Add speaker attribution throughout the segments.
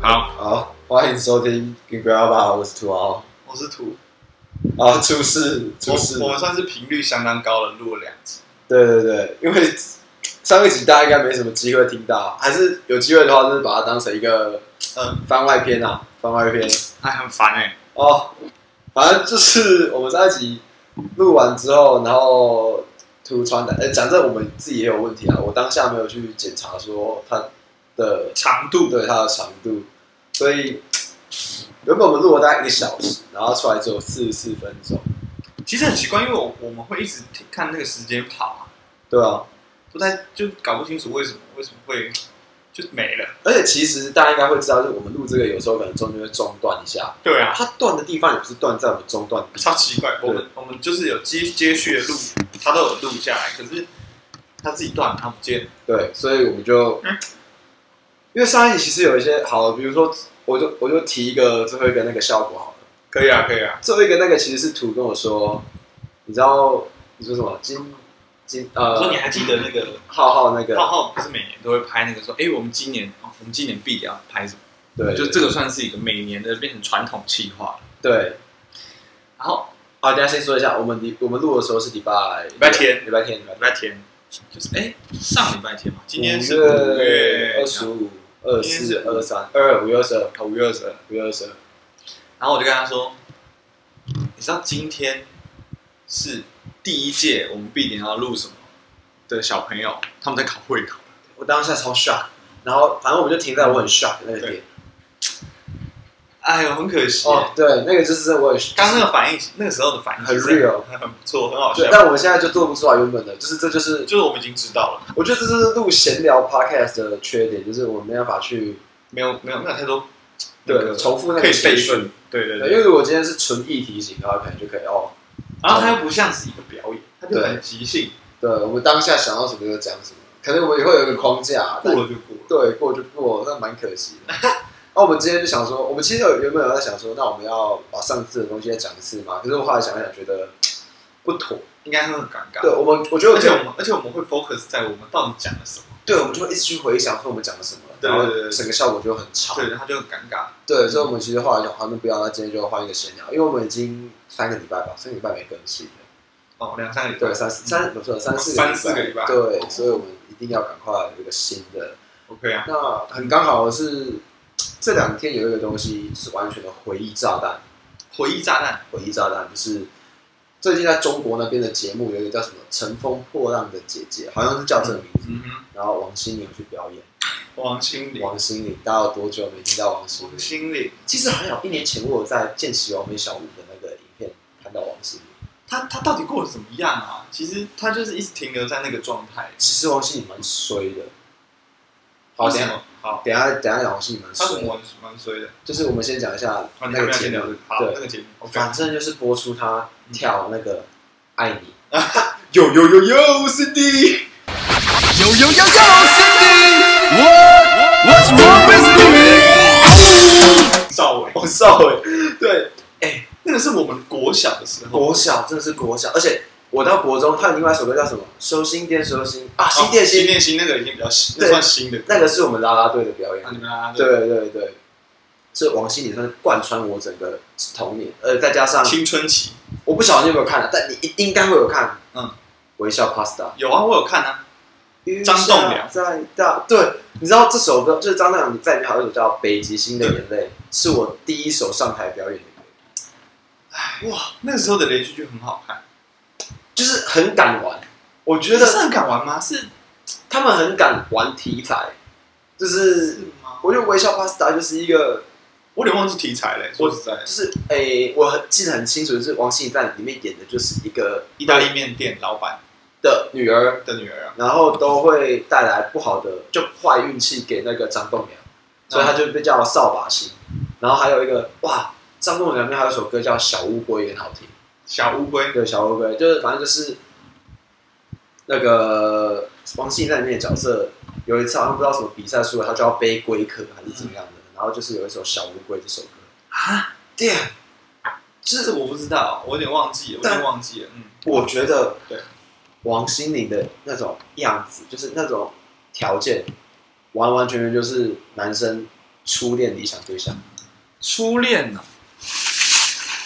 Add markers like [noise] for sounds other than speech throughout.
Speaker 1: 好，
Speaker 2: 好，欢迎收听《冰不要吧》，我是土豪。
Speaker 1: 我是图，
Speaker 2: 啊，出事，出事
Speaker 1: 我！我们算是频率相当高了，录了两集。
Speaker 2: 对对对，因为上一集大家应该没什么机会听到，还是有机会的话，就是把它当成一个
Speaker 1: 嗯，
Speaker 2: 番外篇啊，番外篇
Speaker 1: 哎，很烦哎、
Speaker 2: 哦。反正就是我们上一集录完之后，然后图传达，哎，讲真，我们自己也有问题啊。我当下没有去检查说它的
Speaker 1: 长度
Speaker 2: 对它的长度，所以原本我们录了大概一个小时，然后出来只有四十四分钟，
Speaker 1: 其实很奇怪，因为我我们会一直听看那个时间跑啊，
Speaker 2: 对啊。
Speaker 1: 不太就搞不清楚为什么为什么会就没了。
Speaker 2: 而且其实大家应该会知道，就是我们录这个有时候可能中间会中断一下，
Speaker 1: 对啊，
Speaker 2: 它断的地方也不是断在我们中断，
Speaker 1: 超奇怪。我们我们就是有接接续的录，他都有录下来，可是他自己断了，他不见了。
Speaker 2: 对，所以我们就，
Speaker 1: 嗯
Speaker 2: 因为上一集其实有一些好，比如说我就我就提一个最后一个那个效果好了，
Speaker 1: 可以啊，可以啊。
Speaker 2: 最后一个那个其实是图跟我说，你知道你说什么今今
Speaker 1: 我说你
Speaker 2: 呃
Speaker 1: 还记得那个
Speaker 2: 浩浩那个
Speaker 1: 浩浩不是每年都会拍那个说，哎、我们今年哦，我们今年必要拍什么？
Speaker 2: 对
Speaker 1: 就这个算是一个每年的变成传统企划了。
Speaker 2: 对，
Speaker 1: 然后
Speaker 2: 好，等一下先说一下，我们礼我们录的时候是礼拜礼
Speaker 1: 拜天
Speaker 2: 礼拜天，礼拜
Speaker 1: 礼拜天，就是哎、上礼拜天嘛，今天是
Speaker 2: 五
Speaker 1: 五
Speaker 2: 月
Speaker 1: 月
Speaker 2: 二十五、二
Speaker 1: 今天
Speaker 2: 四
Speaker 1: 是、
Speaker 2: 二三、二五月二十二、
Speaker 1: 五月二十二，
Speaker 2: 五月二十二。
Speaker 1: 然后我就跟他说，你知道今天是第一届我们必点要录什么的小朋友，他们在考会考，
Speaker 2: 我当下超 shock，然后反正我们就停在我很 shock 的那个点。
Speaker 1: 哎呦，很可惜。
Speaker 2: 哦，对，那个就是真的我很 shock
Speaker 1: 刚刚那个反应，那个时候的反应
Speaker 2: 很
Speaker 1: 其实
Speaker 2: real
Speaker 1: 很不错，很好笑
Speaker 2: 对，。啊但我们现在就做不出来原本的，就是这就是
Speaker 1: 就是我们已经知道了，
Speaker 2: 我觉得这就是录闲聊 podcast 的缺点，就是我们没办法去
Speaker 1: 没有没有没有太多
Speaker 2: 对
Speaker 1: 那个
Speaker 2: 重复那个
Speaker 1: 可以
Speaker 2: 情
Speaker 1: 备
Speaker 2: 绪
Speaker 1: 份，对对
Speaker 2: 对，因
Speaker 1: 对。
Speaker 2: 为如果今天是纯议题型的话，可能就可以哦。
Speaker 1: 然后它又不像是一个表演，它就
Speaker 2: 对
Speaker 1: 很即兴，
Speaker 2: 对，我们当下想到什么就讲什么，可能我们也会有一个框架，
Speaker 1: 过
Speaker 2: 但
Speaker 1: 了就过了。
Speaker 2: 对，过就过，那蛮可惜的。 [laughs] 那我们今天就想说，我们其实有原本有在想说，那我们要把上次的东西再讲一次嘛。可是我后来想一想，觉得不妥。
Speaker 1: 应该会很尴尬。
Speaker 2: 对，我们我觉得
Speaker 1: 而且我们而且我们会 focus 在我们到底讲了什么，
Speaker 2: 对，我们就会一直去回想说我们讲了什么，
Speaker 1: 对
Speaker 2: 然后
Speaker 1: 对对对
Speaker 2: 整个效果就很差。
Speaker 1: 对，他就很尴尬。
Speaker 2: 对，所以我们其实后来想，好，那不要，那今天就换一个闲聊，因为我们已经三个礼拜吧，三个礼拜没更新了。
Speaker 1: 哦，两三个礼拜
Speaker 2: 对，三四三，不是三四
Speaker 1: 三四个礼拜
Speaker 2: 对，所以我们一定要赶快有一个新的。
Speaker 1: ，OK 啊，
Speaker 2: 那很刚好是这两天有一个东西是完全的回忆炸弹，
Speaker 1: 回忆炸弹，
Speaker 2: 回忆炸弹就是。最近在中国那边的节目有一个叫什么“乘风破浪的姐姐”，好像是叫这个名字，
Speaker 1: 嗯哼，
Speaker 2: 然后王心凌去表演。
Speaker 1: 王心凌，
Speaker 2: 王心凌，大家有多久没听到王心
Speaker 1: 王
Speaker 2: 凌？
Speaker 1: 心凌，
Speaker 2: 其实很有一年前我有在《见习完美小五》的那个影片看到王心凌。
Speaker 1: 他他到底过得怎么样啊？其实他就是一直停留在那个状态。
Speaker 2: 其实王心凌蛮衰的。好，等一
Speaker 1: 为什
Speaker 2: 下
Speaker 1: 么？好，
Speaker 2: 等一下等一下讲王心凌蛮
Speaker 1: 他怎
Speaker 2: 衰的，
Speaker 1: 么蛮蛮衰的？
Speaker 2: 就是我们先讲一下
Speaker 1: 好，你还没
Speaker 2: 那个
Speaker 1: 有先
Speaker 2: 节
Speaker 1: 聊这
Speaker 2: 目
Speaker 1: 个，，好，那
Speaker 2: 对，
Speaker 1: 个节目，OK，
Speaker 2: 反正就是播出她跳那个《爱你》。有有有有，是的。
Speaker 3: Yo yo yo yo, Cindy, what? What's wrong with me?
Speaker 1: 赵薇，
Speaker 2: 王少伟，对，
Speaker 1: 那个是我们国小的时候，
Speaker 2: 国小真的是国小，而且我到国中，她有另外一首歌叫什么？收心店收心啊，
Speaker 1: 哦
Speaker 2: 新店
Speaker 1: 新
Speaker 2: 新，
Speaker 1: 店新那个已经比较新，
Speaker 2: 对
Speaker 1: 那算新的歌。
Speaker 2: 那个是我们啦啦队的表演
Speaker 1: 那。你们啊，对，
Speaker 2: 对对对，这王心凌算是贯穿我整个童年，呃，再加上
Speaker 1: 青春期
Speaker 2: 我不晓得你有没有看、啊，但你一定应该会有看。
Speaker 1: 嗯，
Speaker 2: 微笑 Pasta，
Speaker 1: 有啊，我有看啊，张栋梁
Speaker 2: 在大，对，你知道这首歌就是张栋梁在里面好像有一首叫《北极星的眼泪》，
Speaker 1: 嗯
Speaker 2: 是我第一首上台表演的歌，
Speaker 1: 哇，那个时候的连续剧很好看。
Speaker 2: 就是很敢玩，我觉
Speaker 1: 是
Speaker 2: 得
Speaker 1: 很敢玩吗？是
Speaker 2: 他们很敢玩题材，就是
Speaker 1: 是吗？
Speaker 2: 我觉得微笑 Pasta 就是一个，
Speaker 1: 我有点忘记题材嘞，说实在
Speaker 2: 就，是诶、我很记得很清楚，就是王心凌在里面演的就是一个
Speaker 1: 意大利面店老板
Speaker 2: 的女儿。
Speaker 1: 的女儿啊，
Speaker 2: 然后都会带来不好的就坏运气给那个张栋梁，所以他就被叫扫把星。然后还有一个哇，张栋梁那边还有一首歌叫《小乌龟》也很好听，
Speaker 1: 小乌龟，
Speaker 2: 对，小乌龟就是反正就是那个王信在里面的角色，有一次好像不知道什么比赛输了，他就要背龟壳还是怎么样的，然后就是有一首《小乌龟》这首歌，
Speaker 1: 啊，damn，这个我不知道，我有点忘记了，我有
Speaker 2: 但
Speaker 1: 点忘记了，嗯，
Speaker 2: 我觉得
Speaker 1: 对
Speaker 2: 王心凌的那种样子，就是那种条件，完完全全就是男生初恋理想对象。
Speaker 1: 初恋呢、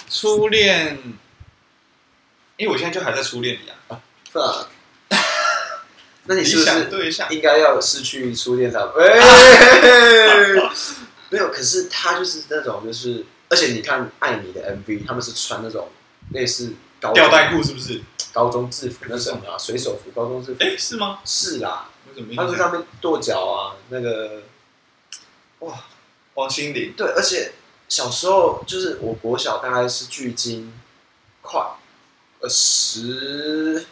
Speaker 1: 初恋，因为我现在就还在初恋里啊，
Speaker 2: fuck，那你
Speaker 1: 理
Speaker 2: 是不哎
Speaker 1: 想
Speaker 2: 是
Speaker 1: 对象
Speaker 2: 应该要失去初恋
Speaker 1: [laughs]
Speaker 2: 才？哎，没有，可是他就是那种就是，而且你看《爱你》的 MV，他们是穿那种类似高
Speaker 1: 吊带裤是不是？
Speaker 2: 高中制服那种啊，水手服、高中制服
Speaker 1: 哎、是吗？
Speaker 2: 是啦，
Speaker 1: 我怎么没
Speaker 2: 他们
Speaker 1: 印
Speaker 2: 在
Speaker 1: 象？
Speaker 2: 上面跺脚啊，那个哇，
Speaker 1: 王心凌，
Speaker 2: 对，而且小时候就是我国小大概是距今快呃十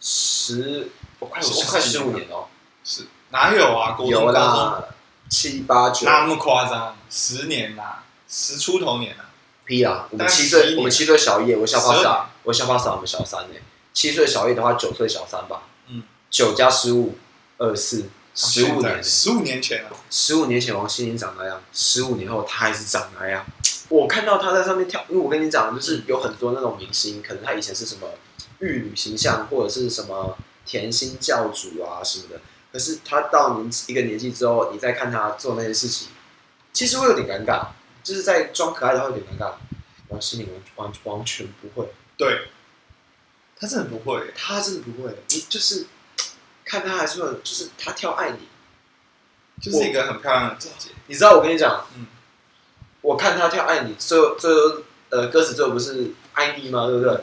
Speaker 2: 十我快
Speaker 1: 十
Speaker 2: 我快
Speaker 1: 几
Speaker 2: 十
Speaker 1: 年
Speaker 2: 五
Speaker 1: 了
Speaker 2: 年哦，
Speaker 1: 是哪有啊？国中
Speaker 2: 有
Speaker 1: 高中
Speaker 2: 啦，七八九
Speaker 1: 哪那么夸张？十年啦、十出头年啊，
Speaker 2: P 啊，我
Speaker 1: 大概
Speaker 2: 们七
Speaker 1: 11
Speaker 2: 岁
Speaker 1: 年
Speaker 2: 我们七岁小叶，我小花
Speaker 1: 12
Speaker 2: 嫂，我小花嫂我们小三呢、欸七岁小叶的话九岁小三吧，
Speaker 1: 嗯，哦
Speaker 2: 九加十五二四十五年、
Speaker 1: 十五年前啊，
Speaker 2: 十五年前王心凌长那样，十五年后她还是长那样。我看到她在上面跳，因为我跟你讲，就是有很多那种明星，可能她以前是什么玉女形象，或者是什么甜心教主啊什么的。可是她到年纪一个年纪之后，你再看她做那些事情，其实会有点尴尬，就是在装可爱的话有点尴尬。王心凌完完完全不会，
Speaker 1: 对，他真的不会、
Speaker 2: 她真的不会，你就是看她还是会有，就是她跳爱你，
Speaker 1: 就是一个很漂亮的姐姐，
Speaker 2: 你知道我跟你讲，
Speaker 1: 嗯
Speaker 2: 我看他跳《爱你》最后最后呃歌词最后不是“爱你”吗？对不对？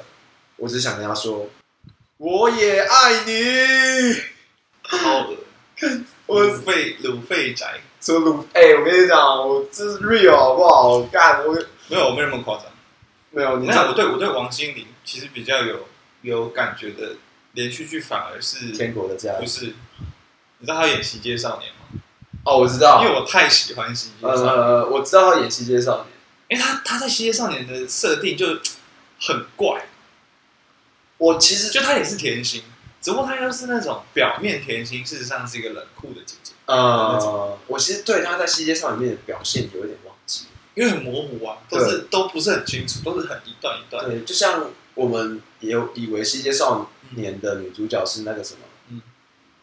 Speaker 2: 我只是想跟他说，我也爱你。
Speaker 1: 好恶，
Speaker 2: 我
Speaker 1: 鲁肺鲁肺宅，
Speaker 2: 说鲁，哎、我跟你讲，我这是 real 好不好？干我
Speaker 1: 没有，我没那么夸张。
Speaker 2: 没有，你
Speaker 1: 你
Speaker 2: 知
Speaker 1: 看，
Speaker 2: 道
Speaker 1: 我对我对王心凌其实比较有有感觉的连续剧，反而是
Speaker 2: 天国的家
Speaker 1: 不是？你知道他演《西街少年》吗？
Speaker 2: 哦，我知道
Speaker 1: 因，为我太喜欢《西街少年》
Speaker 2: 呃，我知道他演《西街少年》，
Speaker 1: 因为他他在《西街少年》的设定就很怪，
Speaker 2: 我其实
Speaker 1: 就他也是甜心，只不过他又是那种表面甜心，事实上是一个冷酷的姐姐，
Speaker 2: 呃，我其实对他在《西街少年》里面的表现有一点忘记。
Speaker 1: 因为很模糊啊，都是都不是很清楚，都是很一段一段的。
Speaker 2: 对，就像我们也有以为《西街少年》的女主角是那个什么，
Speaker 1: 嗯，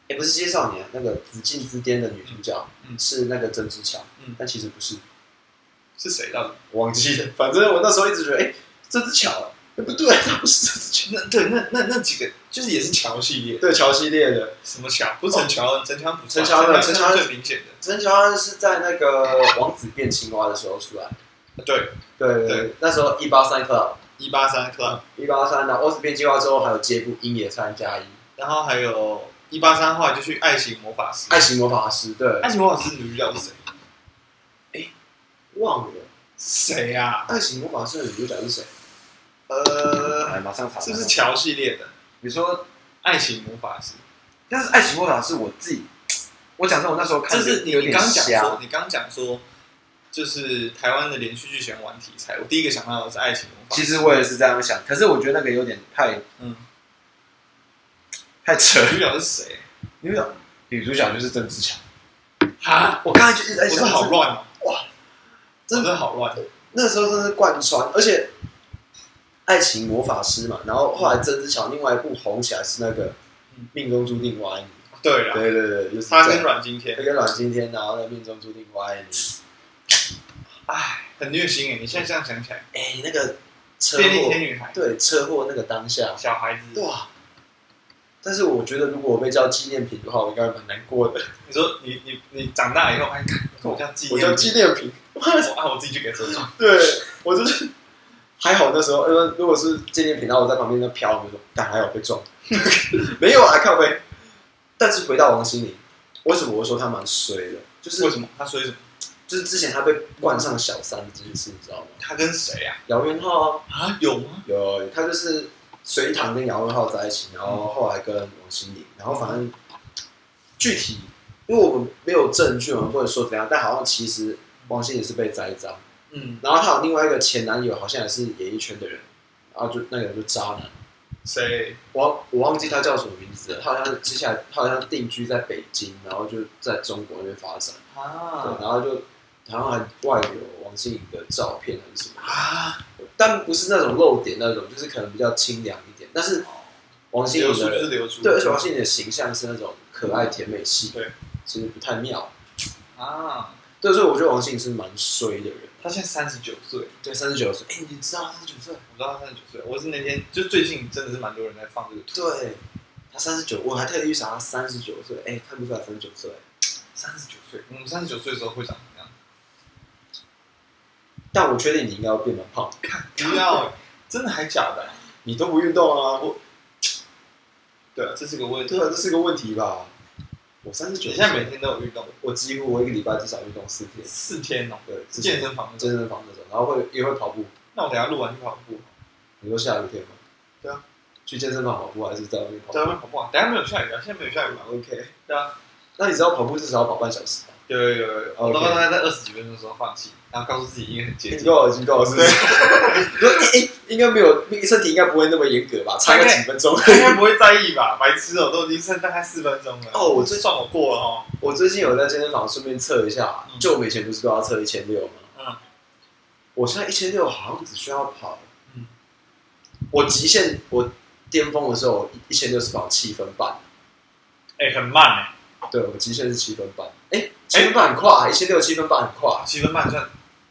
Speaker 2: 也、不是《西街少年》，那个《紫禁之巅》的女主角、
Speaker 1: 嗯
Speaker 2: 是那个曾之乔，
Speaker 1: 嗯
Speaker 2: 但其实不是，
Speaker 1: 是谁到底？
Speaker 2: 我忘记了。反正我那时候一直觉得，哎、曾之乔，哎不对，她不是曾之乔，
Speaker 1: 那对那那那几个就是也是乔系列，
Speaker 2: 对，乔系列的
Speaker 1: 什么乔？不是陈乔恩，陈乔恩不算，
Speaker 2: 陈乔恩
Speaker 1: 陈
Speaker 2: 陈
Speaker 1: 乔恩
Speaker 2: 乔恩
Speaker 1: 是最明显的。
Speaker 2: [laughs] 曾之乔是在那个王子变青蛙的时候出来，
Speaker 1: 对，
Speaker 2: 对对
Speaker 1: 对
Speaker 2: 那时候一八三 club，
Speaker 1: 一八三 club，
Speaker 2: 一八三，然后王子变青蛙之后还有接部《鹰野三加一》《
Speaker 1: 然后还有一八三话就去爱情魔法师，
Speaker 2: 爱情魔法师》，对，
Speaker 1: 爱情魔法师女主角是谁？
Speaker 2: 忘了
Speaker 1: 谁啊呀？
Speaker 2: 《爱情魔法师》的女主角是谁？
Speaker 1: 呃，
Speaker 2: 来，马上查
Speaker 1: 是不是乔系列的
Speaker 2: 你说，
Speaker 1: 爱情魔法师？
Speaker 2: 但是《爱情魔法》是我自己，我讲真，我那时候
Speaker 1: 这
Speaker 2: 看
Speaker 1: 是你
Speaker 2: 有
Speaker 1: 你
Speaker 2: 点
Speaker 1: 刚讲
Speaker 2: 瞎
Speaker 1: 说，你刚讲说，就是台湾的连续剧喜欢玩题材，我第一个想到的是爱情魔法师。
Speaker 2: 其实我也是这样想，可是我觉得那个有点太
Speaker 1: 嗯，
Speaker 2: 太扯。
Speaker 1: 女主角是谁？
Speaker 2: 女主角，女主角就是郑志强。
Speaker 1: 啊，
Speaker 2: 我刚才就一直在
Speaker 1: 我是
Speaker 2: 想，
Speaker 1: 好乱哦，我
Speaker 2: 真
Speaker 1: 真
Speaker 2: 的
Speaker 1: 的好乱。哦
Speaker 2: 那时候真的是贯穿，而且《爱情魔法师》嘛，然后后来郑志强另外一部红起来是那个《
Speaker 1: 嗯
Speaker 2: 命中注定我爱你》，
Speaker 1: 对了，
Speaker 2: 对对对，就是
Speaker 1: 他
Speaker 2: 这
Speaker 1: 跟
Speaker 2: 样
Speaker 1: 阮经天
Speaker 2: 他，跟阮经天，然后呢，《命中注定我爱你》，
Speaker 1: 哎，很虐心哎！你现在这样想起来，
Speaker 2: 哎，那个车
Speaker 1: 便利
Speaker 2: 祸
Speaker 1: 贴，女孩，
Speaker 2: 对车祸那个当下，
Speaker 1: 小孩子，
Speaker 2: 哇！但是我觉得，如果我被叫纪念品的话，我应该蛮难过的。
Speaker 1: 你说你你你长大以后，哎，看我叫纪
Speaker 2: 我
Speaker 1: 念品，
Speaker 2: 叫纪念品，
Speaker 1: 我啊，我自己去给收藏。
Speaker 2: [laughs] 对我就是还好那时候，呃，如果是纪念品，然后我在旁边在飘，我就说，但还好被撞， [laughs] 没有啊，靠背。但是回到王心凌，为什么我说她蛮衰的？就是
Speaker 1: 为什么？他说什么？
Speaker 2: 就是之前她被冠上小三这件事，你知道吗？
Speaker 1: 他跟谁啊？
Speaker 2: 姚元浩啊，
Speaker 1: 啊，有吗？
Speaker 2: 有她就是隋唐跟姚元浩在一起，然后后来跟王心凌，然后反正具体，因为我们没有证据，我们不能说怎样，但好像其实王心凌是被栽赃。
Speaker 1: 嗯，
Speaker 2: 然后她有另外一个前男友，好像也是演艺圈的人，然后就那个人就渣男，
Speaker 1: 谁？
Speaker 2: 我我忘记他叫什么名字了，他好像接下来他好像定居在北京，然后就在中国那边发展，对，
Speaker 1: 啊
Speaker 2: 然后就好像还外有王心凌的照片还是什么，
Speaker 1: 啊！
Speaker 2: 但不是那种露点那种，就是可能比较清凉一点，但是王心
Speaker 1: 流
Speaker 2: 凌
Speaker 1: 出就
Speaker 2: 的
Speaker 1: 是流出，
Speaker 2: 对，而且王心凌的形象是那种可爱甜美系，
Speaker 1: 对，
Speaker 2: 其实不太妙，
Speaker 1: 啊！
Speaker 2: 对，所以我觉得王心凌是蛮衰的人，
Speaker 1: 他现在三十九岁，
Speaker 2: 对，三十九岁，哎，你知道三十九岁？
Speaker 1: 我知道他三十九岁，我是那天就最近真的是蛮多人在放这个图，
Speaker 2: 对，他三十九，我还特地去查他三十九岁，哎，看不出来三十九岁，
Speaker 1: 三十九岁，我们三十九岁的时候会长什么样？
Speaker 2: 但我确定你应该要变蛮胖的。
Speaker 1: 不要，真的还假的？
Speaker 2: 你都不运动啊？我
Speaker 1: 对啊，这是个问题
Speaker 2: 对。啊，这是个问题吧？我三十九，
Speaker 1: 你现在每天都有运动
Speaker 2: 我几乎我一个礼拜至少运动四天，
Speaker 1: 四天哦，
Speaker 2: 对，
Speaker 1: 是健身房那种
Speaker 2: 健身房那种，然后会也会跑步。
Speaker 1: 那我等一下录完去跑步，
Speaker 2: 你说下雨天吗？
Speaker 1: 对啊，
Speaker 2: 去健身房跑步还是在外面跑步
Speaker 1: 在外面跑步啊。等一下没有下雨啊，现在没有下雨啊。
Speaker 2: ？OK，
Speaker 1: 对啊，
Speaker 2: 那你知道跑步至少要跑半小时吧？
Speaker 1: 有有有有有，我
Speaker 2: OK
Speaker 1: 刚刚在在二十几分钟的时候放弃，然后告诉自己应该很接
Speaker 2: 已经
Speaker 1: 近，
Speaker 2: 够了，已经够了，是不是？ [laughs] 你说哎、哎应该没有，身体应该不会那么严格吧？差个几分钟。
Speaker 1: [laughs]
Speaker 2: [laughs]
Speaker 1: 他应该不会在意吧？白痴哦，都已经剩大概四分钟了。
Speaker 2: 哦我最
Speaker 1: 算我过了哦。
Speaker 2: 我最近有在健身房顺便测一下，
Speaker 1: 嗯
Speaker 2: 就我们以前不是都要测一千六吗？
Speaker 1: 嗯，
Speaker 2: 我现在一千六好像只需要跑，
Speaker 1: 嗯
Speaker 2: 我极限我巅峰的时候一千六是跑七分半，
Speaker 1: 哎，很慢哎，
Speaker 2: 对我极限是七分半，哎、七分半很快，一千六七分半很快，
Speaker 1: 七分半算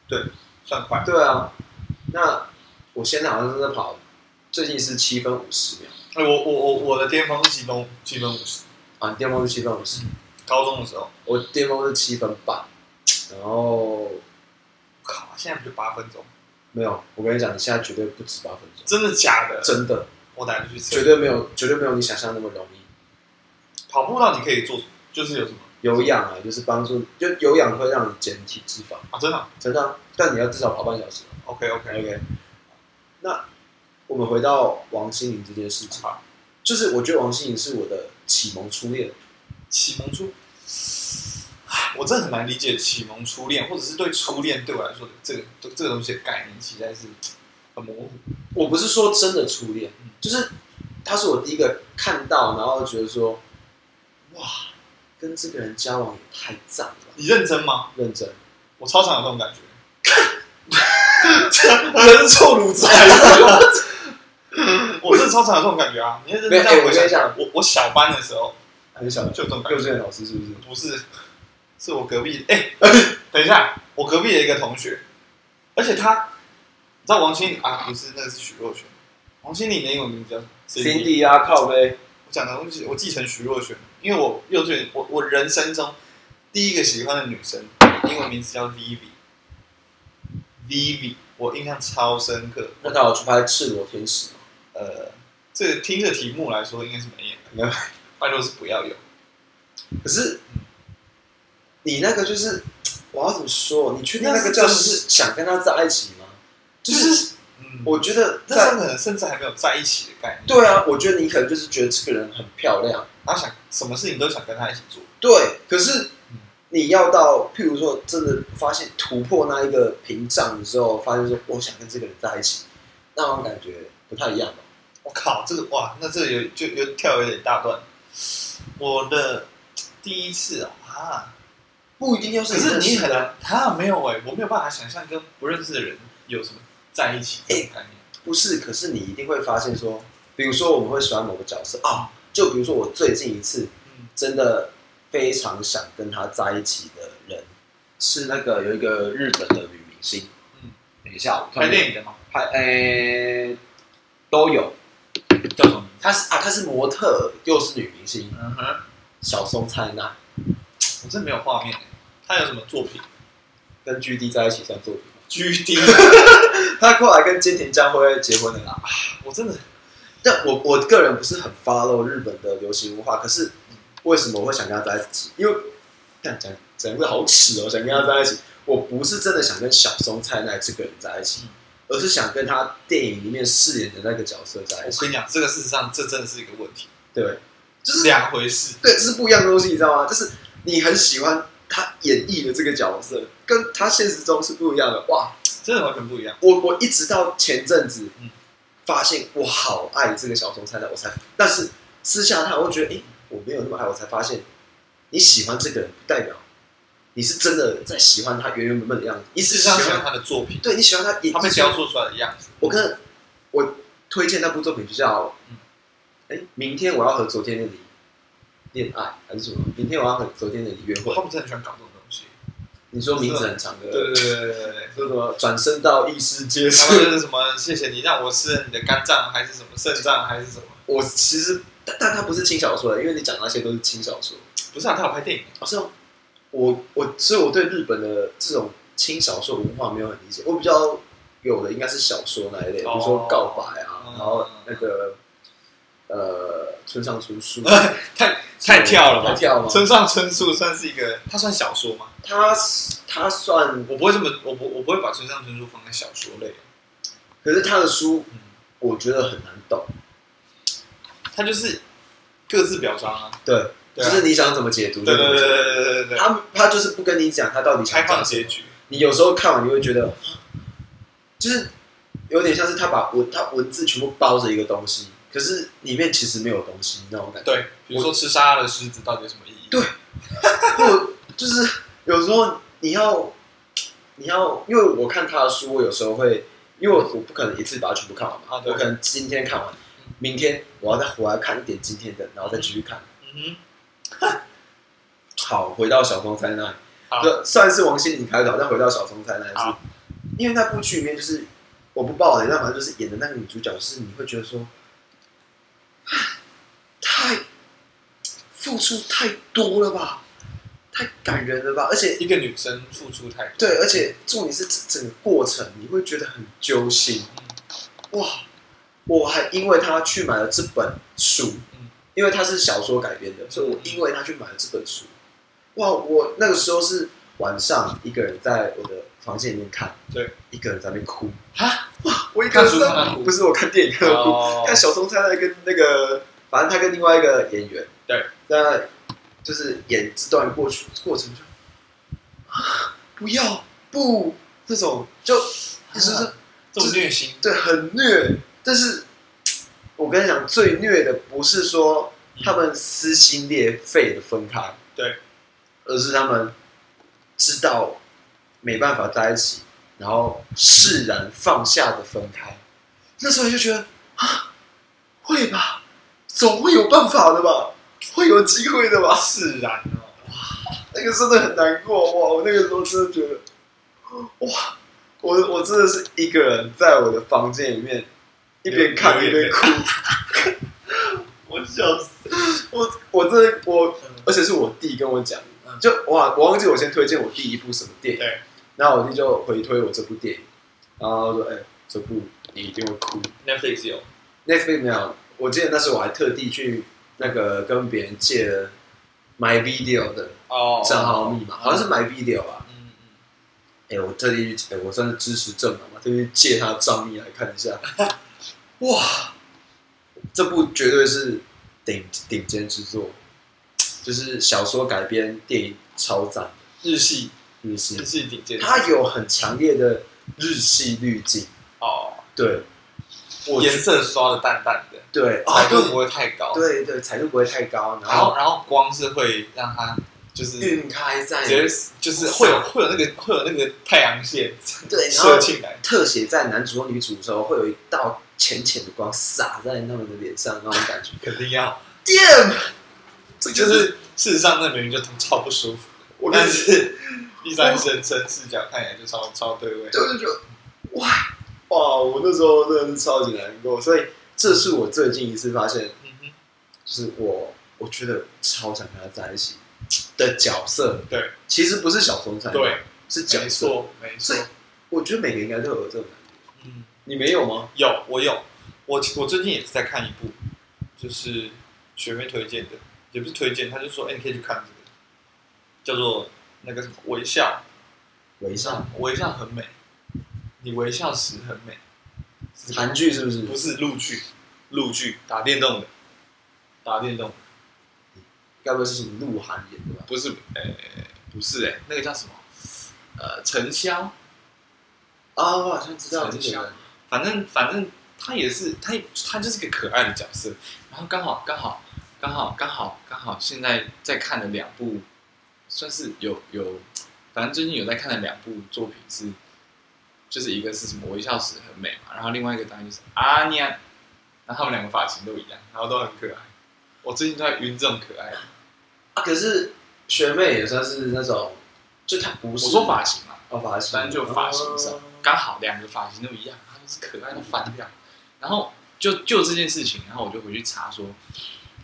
Speaker 1: 对，算快。
Speaker 2: 对啊，那我现在好像是在跑，最近是七分五十秒
Speaker 1: 哎，我我我我的巅峰是七分七分五十，
Speaker 2: 啊，你巅峰是七分五十，
Speaker 1: 高中的时候，
Speaker 2: 我巅峰是七分半，然后
Speaker 1: 靠，现在不就八分钟？
Speaker 2: 没有，我跟你讲，你现在绝对不止八分钟，
Speaker 1: 真的假的？
Speaker 2: 真的。
Speaker 1: 我等一下就去测
Speaker 2: 绝。对没有，绝对没有你想象那么容易。
Speaker 1: 跑步到底可以做什么，就是有什么
Speaker 2: 有氧啊，就是帮助，就有氧会让你减体脂肪，
Speaker 1: 啊？真的啊
Speaker 2: 真的啊、但你要至少跑半小时。
Speaker 1: ？OK OK
Speaker 2: OK，那我们回到王心凌这件事情，
Speaker 1: 好，
Speaker 2: 就是我觉得王心凌是我的启蒙初恋，
Speaker 1: 启蒙初，唉我真的很难理解启蒙初恋，或者是对初恋对我来说的这个这这个东西的概念，实在是很模糊。
Speaker 2: 我不是说真的初恋
Speaker 1: 嗯，
Speaker 2: 就是她是我第一个看到，然后觉得说，哇，跟这个人交往也太赞了吧，
Speaker 1: 你认真吗？
Speaker 2: 认真，
Speaker 1: 我超常有这种感觉。
Speaker 2: 人畜如 [laughs] 哉。
Speaker 1: 我是超常有这种感觉啊！你认真
Speaker 2: 没有
Speaker 1: 在
Speaker 2: 哎
Speaker 1: 回
Speaker 2: 我跟你
Speaker 1: 想
Speaker 2: 讲，
Speaker 1: 我我小班的时候
Speaker 2: 很小，
Speaker 1: 就有这种感
Speaker 2: 幼
Speaker 1: 觉，
Speaker 2: 稚园老师是不是？
Speaker 1: 不是，是我隔壁。 [laughs] 哎、等一下，我隔壁的一个同学，而且他，你知道王心凌啊？不是，那个是许若瑄。王心凌的英文名字叫
Speaker 2: Cindy 啊，靠呗，
Speaker 1: 我讲的东西，我继承徐若瑄，因为我幼稚园，我我人生中第一个喜欢的女生，英文名字叫 Vivi，Vivi，我印象超深刻。
Speaker 2: 那他有去拍《赤裸天使》吗？
Speaker 1: 呃，这个听这个题目来说，应该是没
Speaker 2: 没
Speaker 1: 有
Speaker 2: 有
Speaker 1: 的，拜托是不要有。
Speaker 2: 可是你那个就是，我要怎么说？你确定
Speaker 1: 那
Speaker 2: 那
Speaker 1: 是
Speaker 2: 个教
Speaker 1: 真
Speaker 2: 室
Speaker 1: 的
Speaker 2: 是想跟他在一起吗？就是
Speaker 1: 嗯，
Speaker 2: 我觉得
Speaker 1: 那时
Speaker 2: 在
Speaker 1: 候可能甚至还没有在一起的概念，
Speaker 2: 对啊，我觉得你可能就是觉得这个人很漂亮，
Speaker 1: 然后想什么事情都想跟他一起做。
Speaker 2: 对。可是
Speaker 1: 嗯
Speaker 2: 你要到譬如说真的发现突破那一个屏障的时候，发现说我想跟这个人在一起，那种感觉不太一样吧？
Speaker 1: 我靠，这个哇，那这个有就有跳有点大段。我的第一次哦啊，
Speaker 2: 不一定要是
Speaker 1: 可是你很
Speaker 2: 很
Speaker 1: 难，他没有哎、我没有办法想象跟不认识的人有什么在一起这种概念。
Speaker 2: 不是，可是你一定会发现说，比如说我们会喜欢某个角色啊，就比如说我最近一次
Speaker 1: 嗯，
Speaker 2: 真的非常想跟他在一起的人，是那个有一个日本的女明星。
Speaker 1: 嗯
Speaker 2: 嗯，等一下，我突
Speaker 1: 拍
Speaker 2: 然
Speaker 1: 电影的吗？
Speaker 2: 拍诶、呃都有，
Speaker 1: 叫什么名字？
Speaker 2: 她是啊，她是模特，又是女明星，
Speaker 1: 嗯哼，
Speaker 2: 小松菜奈
Speaker 1: 我真没有画面、欸。他有什么作品
Speaker 2: 跟 G D 在一起算作品吗？
Speaker 1: ？G D，
Speaker 2: 她后来跟菅田将晖结婚了啦。
Speaker 1: 我真的
Speaker 2: 但我我个人不是很 follow 日本的流行文化，可是为什么我会想跟他在一起？因为干讲讲的好耻哦，想跟他在一起。我不是真的想跟小松菜奈这个人在一起
Speaker 1: 嗯，
Speaker 2: 而是想跟他电影里面饰演的那个角色在一
Speaker 1: 哎我
Speaker 2: 起。
Speaker 1: 跟你讲，这个事实上这真的是一个问题，
Speaker 2: 对，
Speaker 1: 就是两回事。
Speaker 2: 对，这是不一样的东西，你知道吗？就是你很喜欢他演绎的这个角色，跟他现实中是不一样的。哇，
Speaker 1: 真的完全不一样。
Speaker 2: 我我一直到前阵子
Speaker 1: 嗯
Speaker 2: 发现我好爱这个小松菜奈，我才，但是私下他我会觉得，哎、我没有那么爱，我才发现你喜欢这个人，不代表你是真的在喜欢他原原本本的样子，你
Speaker 1: 事
Speaker 2: 只
Speaker 1: 实
Speaker 2: 喜
Speaker 1: 上喜欢
Speaker 2: 欢，
Speaker 1: 他的作品，
Speaker 2: 对你喜欢他，也
Speaker 1: 他被雕塑出来的样子。
Speaker 2: 我跟我推荐那部作品就叫
Speaker 1: 嗯，
Speaker 2: 哎、明天我要和昨天的你恋爱还是什么？明天我要和昨天的你约会
Speaker 1: 他。们真的很喜欢搞这种东西。
Speaker 2: 你说名字很长的，
Speaker 1: 哦对对对对对对。
Speaker 2: 说什么转身到异世界
Speaker 1: 他们
Speaker 2: 是？
Speaker 1: 就是什么？谢谢你让我吃了你的肝脏，还是什么肾脏，还是什么？
Speaker 2: 我其实，但但它不是轻小说的，啊因为你讲那些都是轻小说。
Speaker 1: 不是啊，他有拍电影。
Speaker 2: 好像我我，所以我对日本的这种轻小说文化没有很理解。我比较有的应该是小说那一类，比如说
Speaker 1: 哦
Speaker 2: 告白啊，
Speaker 1: 嗯
Speaker 2: 然后那个呃村上春
Speaker 1: [laughs]
Speaker 2: 树，
Speaker 1: 太太跳了 [laughs]
Speaker 2: 太
Speaker 1: 吧？
Speaker 2: 跳吗？
Speaker 1: 村上春树算是一个，他算小说吗？
Speaker 2: 他他算，
Speaker 1: 我不会这么，我不我不会把村上春树放在小说类。
Speaker 2: 可是他的书
Speaker 1: 嗯，
Speaker 2: 我觉得很难懂。
Speaker 1: 他就是各自表彰啊。
Speaker 2: 对，就
Speaker 1: 对啊
Speaker 2: 是你想怎么解读
Speaker 1: 对
Speaker 2: 就
Speaker 1: 对对
Speaker 2: 怎么解
Speaker 1: 对
Speaker 2: 读。
Speaker 1: 对对对对。
Speaker 2: 他他就是不跟你讲他到底想
Speaker 1: 开放
Speaker 2: 讲什么
Speaker 1: 结局，
Speaker 2: 你有时候看完你会觉得，就是有点像是他把文他文字全部包着一个东西，可是里面其实没有东西那
Speaker 1: [laughs]
Speaker 2: 种感觉。
Speaker 1: 对，比如说吃沙拉的狮子到底有什么意义？
Speaker 2: 对我就是有时候你要你要，因为我看他的书，我有时候会，因为我我不可能一次把它全部看完嘛，
Speaker 1: 啊对嗯
Speaker 2: 我可能今天看完，明天我要再回来看一点今天的，然后再继续看。
Speaker 1: 嗯
Speaker 2: 好，回到小松菜奈，
Speaker 1: 好
Speaker 2: 就算是王心凌开导，但回到小松菜奈是
Speaker 1: 好，
Speaker 2: 因为那部剧里面就是我不爆雷，但反正就是演的那个女主角是你会觉得说，太付出太多了吧，太感人了吧，而且
Speaker 1: 哼，一个女生付出太多。
Speaker 2: 对，而且重点是整整个过程你会觉得很揪心，
Speaker 1: 嗯
Speaker 2: 哇！我还因为他去买了这本书
Speaker 1: 嗯，
Speaker 2: 因为它是小说改编的，所以我因为他去买了这本书，哇！我那个时候是晚上一个人在我的房间里面看，
Speaker 1: 对，
Speaker 2: 一个人在那边哭，
Speaker 1: 啊，
Speaker 2: 我一个人
Speaker 1: 看书
Speaker 2: 在
Speaker 1: 看到哭
Speaker 2: [laughs] 不是我看电影看到哭，
Speaker 1: 哦
Speaker 2: [laughs] 看小松菜奈跟那个，反正他跟另外一个演员，
Speaker 1: 对，
Speaker 2: 那就是演这段过去过程就啊，不要不这种就就是、
Speaker 1: 啊这么虐心，
Speaker 2: 对很虐，但是我跟你讲，最虐的不是说他们撕心裂肺的分开，
Speaker 1: 对，
Speaker 2: 而是他们知道没办法在一起，然后释然放下的分开。那时候就觉得啊，会吧，总会有办法的吧，会有机会的吧。
Speaker 1: 释然哦。
Speaker 2: 那个真的很难过哇！我那个时候真的觉得， [gasps] 哇，我我真的是一个人在我的房间里面一边看一
Speaker 1: 流眼泪
Speaker 2: 边哭， [laughs]
Speaker 1: 我笑死。
Speaker 2: 我我真的我，而且是我弟跟我讲
Speaker 1: 嗯，
Speaker 2: 就哇，我忘记我先推荐我弟一部什么电影，
Speaker 1: 对，
Speaker 2: 然后我弟就回推我这部电影，然后他说哎、这部你一定会哭。
Speaker 1: Netflix 有，
Speaker 2: Netflix 没有，我记得那时候我还特地去那个跟别人借了 My Video 的
Speaker 1: 哦
Speaker 2: 账号密码，好像是 My Video 吧。
Speaker 1: 嗯嗯，
Speaker 2: 哎、我特地去，哎、我算是支持正版嘛，特地借他的账密来看一下。哇，这部绝对是顶顶尖之作，就是小说改编电影超赞，
Speaker 1: 日系
Speaker 2: 日
Speaker 1: 日
Speaker 2: 系，
Speaker 1: 系顶尖。
Speaker 2: 嗯它有很强烈的日系滤镜，
Speaker 1: 哦，
Speaker 2: 对，我
Speaker 1: 颜色刷的淡淡的，
Speaker 2: 对
Speaker 1: 彩
Speaker 2: 啊，
Speaker 1: 度不会太高。，
Speaker 2: 对啊对对，彩度不会太高，然
Speaker 1: 然后
Speaker 2: 后
Speaker 1: 然后光是会让它就是直
Speaker 2: 晕开在
Speaker 1: 接就是会有会有那个会有那个太阳线
Speaker 2: 对，哎然后
Speaker 1: 射进来。
Speaker 2: 特写在男主和女主的时候，会有一道浅浅的光洒在他们的脸上，那种感觉。
Speaker 1: 肯定要，
Speaker 2: Damn，这
Speaker 1: 就
Speaker 2: 就是
Speaker 1: 是事实上那明明就超不舒服，
Speaker 2: 我跟
Speaker 1: 但
Speaker 2: 你
Speaker 1: 是第三身称视角看起来就超超对味。
Speaker 2: 就是觉得哇哇，我那时候真的是超级难过，所以这是我最近一次发现，
Speaker 1: 嗯哼，
Speaker 2: 就是我我觉得超想跟他在一起的角色，
Speaker 1: 对，
Speaker 2: 其实不是小松菜，
Speaker 1: 对，，
Speaker 2: 是角
Speaker 1: 没
Speaker 2: 色。
Speaker 1: 错没
Speaker 2: 所
Speaker 1: 错
Speaker 2: 以。我觉得每个应该都有这种感觉，
Speaker 1: 嗯。
Speaker 2: 你没有吗？
Speaker 1: 有，我有，我我最近也是在看一部，就是学妹推荐的，也不是推荐，她就说，哎、你可以去看这个，叫做那个什么微笑，
Speaker 2: 微笑，
Speaker 1: 微笑很美，你微笑时很美，是这个
Speaker 2: 韩剧是不是？
Speaker 1: 不是陆剧，陆剧打电动的，打电动
Speaker 2: 该不会是什么鹿晗演的吧？
Speaker 1: 不是，哎、不是哎、那个叫什么？呃，陈潇，
Speaker 2: 啊，我好像知道这
Speaker 1: 陈
Speaker 2: 个
Speaker 1: 晓
Speaker 2: 人，
Speaker 1: 反正反正他也是他他就是个可爱的角色，然后刚好刚好刚好刚好刚好现在在看的两部，算是有有，反正最近有在看的两部作品是，就是一个是什么微笑时很美嘛，然后另外一个当然就是阿尼亚，然后他们两个发型都一样，然后都很可爱，我最近都在晕这种可爱的，
Speaker 2: 啊，可是学妹也算是那种，就她不
Speaker 1: 我
Speaker 2: 是
Speaker 1: 说发型嘛，
Speaker 2: 哦发型，
Speaker 1: 反正就发型上
Speaker 2: 哦，
Speaker 1: 刚好两个发型都一样，他就是可爱啊到翻掉。然后就就这件事情，然后我就回去查说，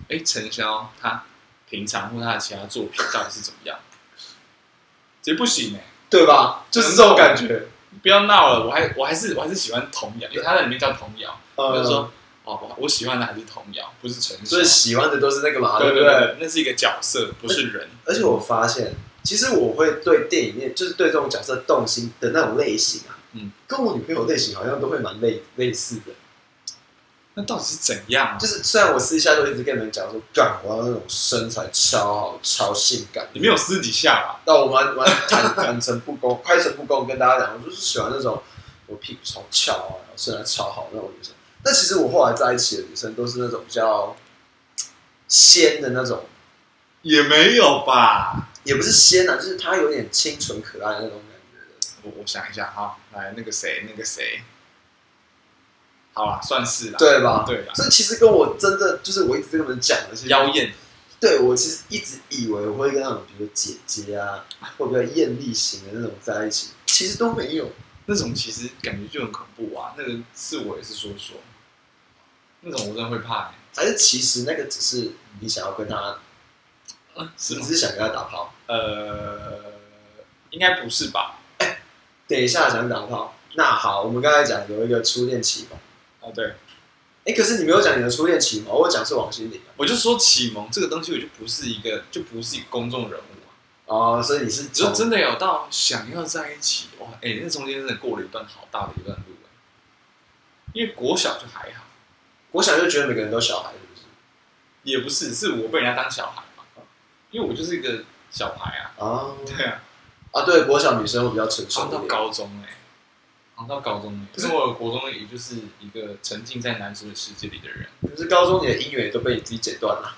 Speaker 1: 哎，陈潇他平常或他的其他作品到底是怎么样？这不行哎、
Speaker 2: 对吧？就是
Speaker 1: 嗯
Speaker 2: 这种感觉。
Speaker 1: 不要闹了，我还我还是我还是喜欢童谣，因为他在里面叫童谣，我
Speaker 2: 呃
Speaker 1: 就，说哦，我我喜欢的还是童谣，不是陈潇。
Speaker 2: 所以喜欢的哎都是那个嘛，
Speaker 1: 对
Speaker 2: 不
Speaker 1: 对对，那是一个角色，不是人。
Speaker 2: 而且我发现，其实我会对电影面，就是对这种角色动心的那种类型啊，
Speaker 1: 嗯，
Speaker 2: 跟我女朋友类型好像都会蛮类类似的。
Speaker 1: 那到底是怎样啊？
Speaker 2: 就是虽然我私下就一直跟你们讲说，干，我要那种身材超好、超性感。
Speaker 1: 你没有私底下吧？
Speaker 2: 那我蛮蛮坦坦诚不公、 [laughs] 开诚布公跟大家讲，我就是喜欢那种我屁股超翘啊，然后身材超好那种女生。那其实我后来在一起的女生都是那种比较仙的那种，
Speaker 1: 也没有吧。
Speaker 2: 也不是仙啊，就是她有点清纯可爱的那种感觉的。
Speaker 1: 我我想一下哈，来那个谁，那个谁，好啦，算是啦，
Speaker 2: 对吧？
Speaker 1: 对啦，
Speaker 2: 所以其实跟我真的就是我一直跟你们讲的，其实
Speaker 1: 妖艳，
Speaker 2: 对我其实一直以为我会跟那种比如说姐姐啊，或比较艳丽型的那种在一起，其实都没有。
Speaker 1: 那种其实感觉就很恐怖啊，那个是我也是说说，那种我真的会怕、欸，
Speaker 2: 还是其实那个只是你想要跟她，
Speaker 1: 啊，是
Speaker 2: 你
Speaker 1: 吗
Speaker 2: 只？是想跟她打炮。
Speaker 1: 呃，应该不是吧？
Speaker 2: 等一下想打炮，那好，我们刚才讲有一个初恋启蒙，
Speaker 1: 哦，对，
Speaker 2: 哎，可是你没有讲你的初恋启蒙，我讲是王心凌啊。
Speaker 1: 我就说启蒙这个东西，我就不是一个，就不是一个公众人物啊，
Speaker 2: 哦，所以你是
Speaker 1: 只是
Speaker 2: 从
Speaker 1: 真的有到想要在一起，哇，哎、那中间真的过了一段好大的一段路、欸，因为国小就还好，
Speaker 2: 我想就觉得每个人都小孩，是不是？
Speaker 1: 也不是，是我被人家当小孩嘛，因为我就是一个小孩啊。 [laughs]
Speaker 2: 哦，
Speaker 1: 对啊，
Speaker 2: 啊，对，国小女生会比较成熟
Speaker 1: 上
Speaker 2: 一
Speaker 1: 到
Speaker 2: 点。
Speaker 1: 高中哎、欸，上到高中哎、欸，可是我国中也就是一个沉浸在男生的世界里的人。
Speaker 2: 可是高中你的姻缘也都被你自己剪断了。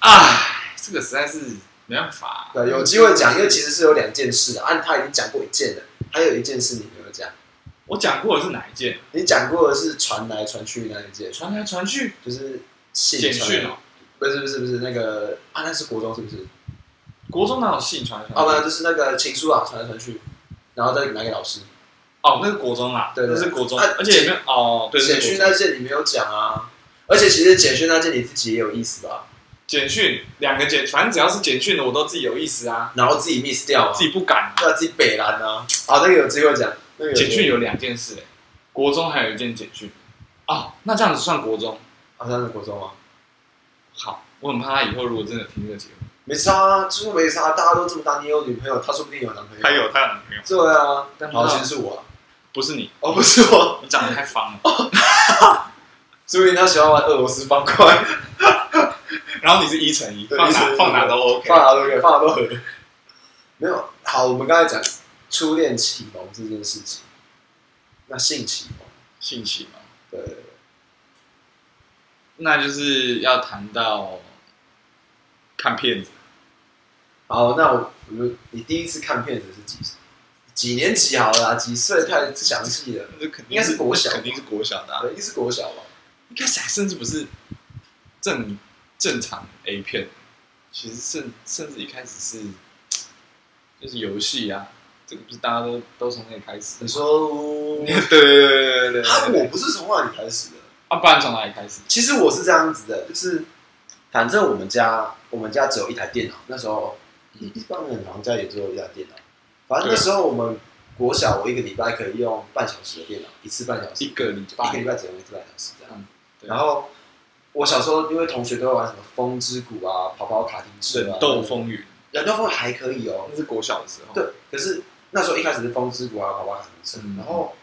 Speaker 1: 唉，这个实在是没办法、
Speaker 2: 对，有机会讲，因为其实是有两件事啊，啊他已经讲过一件了，还有一件事你没有讲，
Speaker 1: 我讲过的是哪一件？
Speaker 2: 你讲过的是传来传去那一件，
Speaker 1: 传来传去，
Speaker 2: 就是信
Speaker 1: 简
Speaker 2: 传来
Speaker 1: 讯哦、
Speaker 2: 不是不是不是那个啊，那是国中是不是？
Speaker 1: 国中哪有信传来
Speaker 2: 啊，不然
Speaker 1: 传去？
Speaker 2: 就是那个情书啊，传来传去，然后再拿给老师。
Speaker 1: 哦，那是国中啦，
Speaker 2: 对对
Speaker 1: 那是国中，
Speaker 2: 啊
Speaker 1: 而且也没有哦，对，
Speaker 2: 简
Speaker 1: 是
Speaker 2: 讯
Speaker 1: 国中
Speaker 2: 那件你没有讲啊，而且其实简讯那件你自己也有意思吧，
Speaker 1: 简讯两个简，反正只要是简讯的，我都自己有意思啊，
Speaker 2: 然后自己 miss 掉啊，
Speaker 1: 自己不敢啊。
Speaker 2: 对啊自己北蓝啊，好，那个有机会讲，那个有机
Speaker 1: 简
Speaker 2: 会
Speaker 1: 讯有两件事、欸，国中还有一件简讯。哦，那这样子算国中。
Speaker 2: 好像是国中啊，
Speaker 1: 好，我很怕他以后如果真的听这个节目，
Speaker 2: 没差啊，就是没差，大家都这么大，你有女朋友，他说不定有男朋友，
Speaker 1: 有他有男朋友，
Speaker 2: 对啊，
Speaker 1: 但
Speaker 2: 好，
Speaker 1: 不知
Speaker 2: 其
Speaker 1: 道
Speaker 2: 实是我啊，
Speaker 1: 不是你，
Speaker 2: 哦，不是我，
Speaker 1: 你长得太方 [laughs] 了。
Speaker 2: 说不定他喜欢玩俄罗斯方块，
Speaker 1: 然后你是一乘一，
Speaker 2: 对
Speaker 1: 放
Speaker 2: 一乘
Speaker 1: 哪
Speaker 2: 一
Speaker 1: 放哪都 OK
Speaker 2: 放。哪都可以，放哪都合。没有，好，我们刚才讲初恋启蒙这件事情，那性启蒙，
Speaker 1: 性启蒙，
Speaker 2: 对，
Speaker 1: 那就是要谈到看片子，
Speaker 2: 好，那我我就你第一次看片子是几几年级好了啊、几岁太详细了，
Speaker 1: 那肯
Speaker 2: 应该是国小
Speaker 1: 肯定是国小的啊、
Speaker 2: 对，一定是国小吧？
Speaker 1: 一开始还甚至不是正正常 A 片，其实甚甚至一开始是就是游戏啊，这个不是大家都都从那里开始的
Speaker 2: 你
Speaker 1: 吗？
Speaker 2: 说
Speaker 1: [laughs] 对对对对对
Speaker 2: 啊，
Speaker 1: 对，
Speaker 2: [laughs] 我不是从那里开始的，
Speaker 1: 啊，不然从哪里开始？
Speaker 2: 其实我是这样子的，就是反正我们家我们家只有一台电脑，那时候
Speaker 1: 嗯
Speaker 2: 一一般人好像家也只有一台电脑，反正那时候我们国小我一个礼拜可以用半小时的电脑，一次半小时，
Speaker 1: 一个礼
Speaker 2: 一个
Speaker 1: 拜
Speaker 2: 礼拜只能一次半小时这样
Speaker 1: 嗯。对
Speaker 2: 然后我小时候因为同学都会玩什么风之谷啊、跑跑卡丁车啊
Speaker 1: 忍、斗风云，
Speaker 2: 忍斗风还可以哦，
Speaker 1: 那是国小的时候。
Speaker 2: 对，可是那时候一开始是风之谷啊、跑跑卡丁车，
Speaker 1: 嗯
Speaker 2: 然后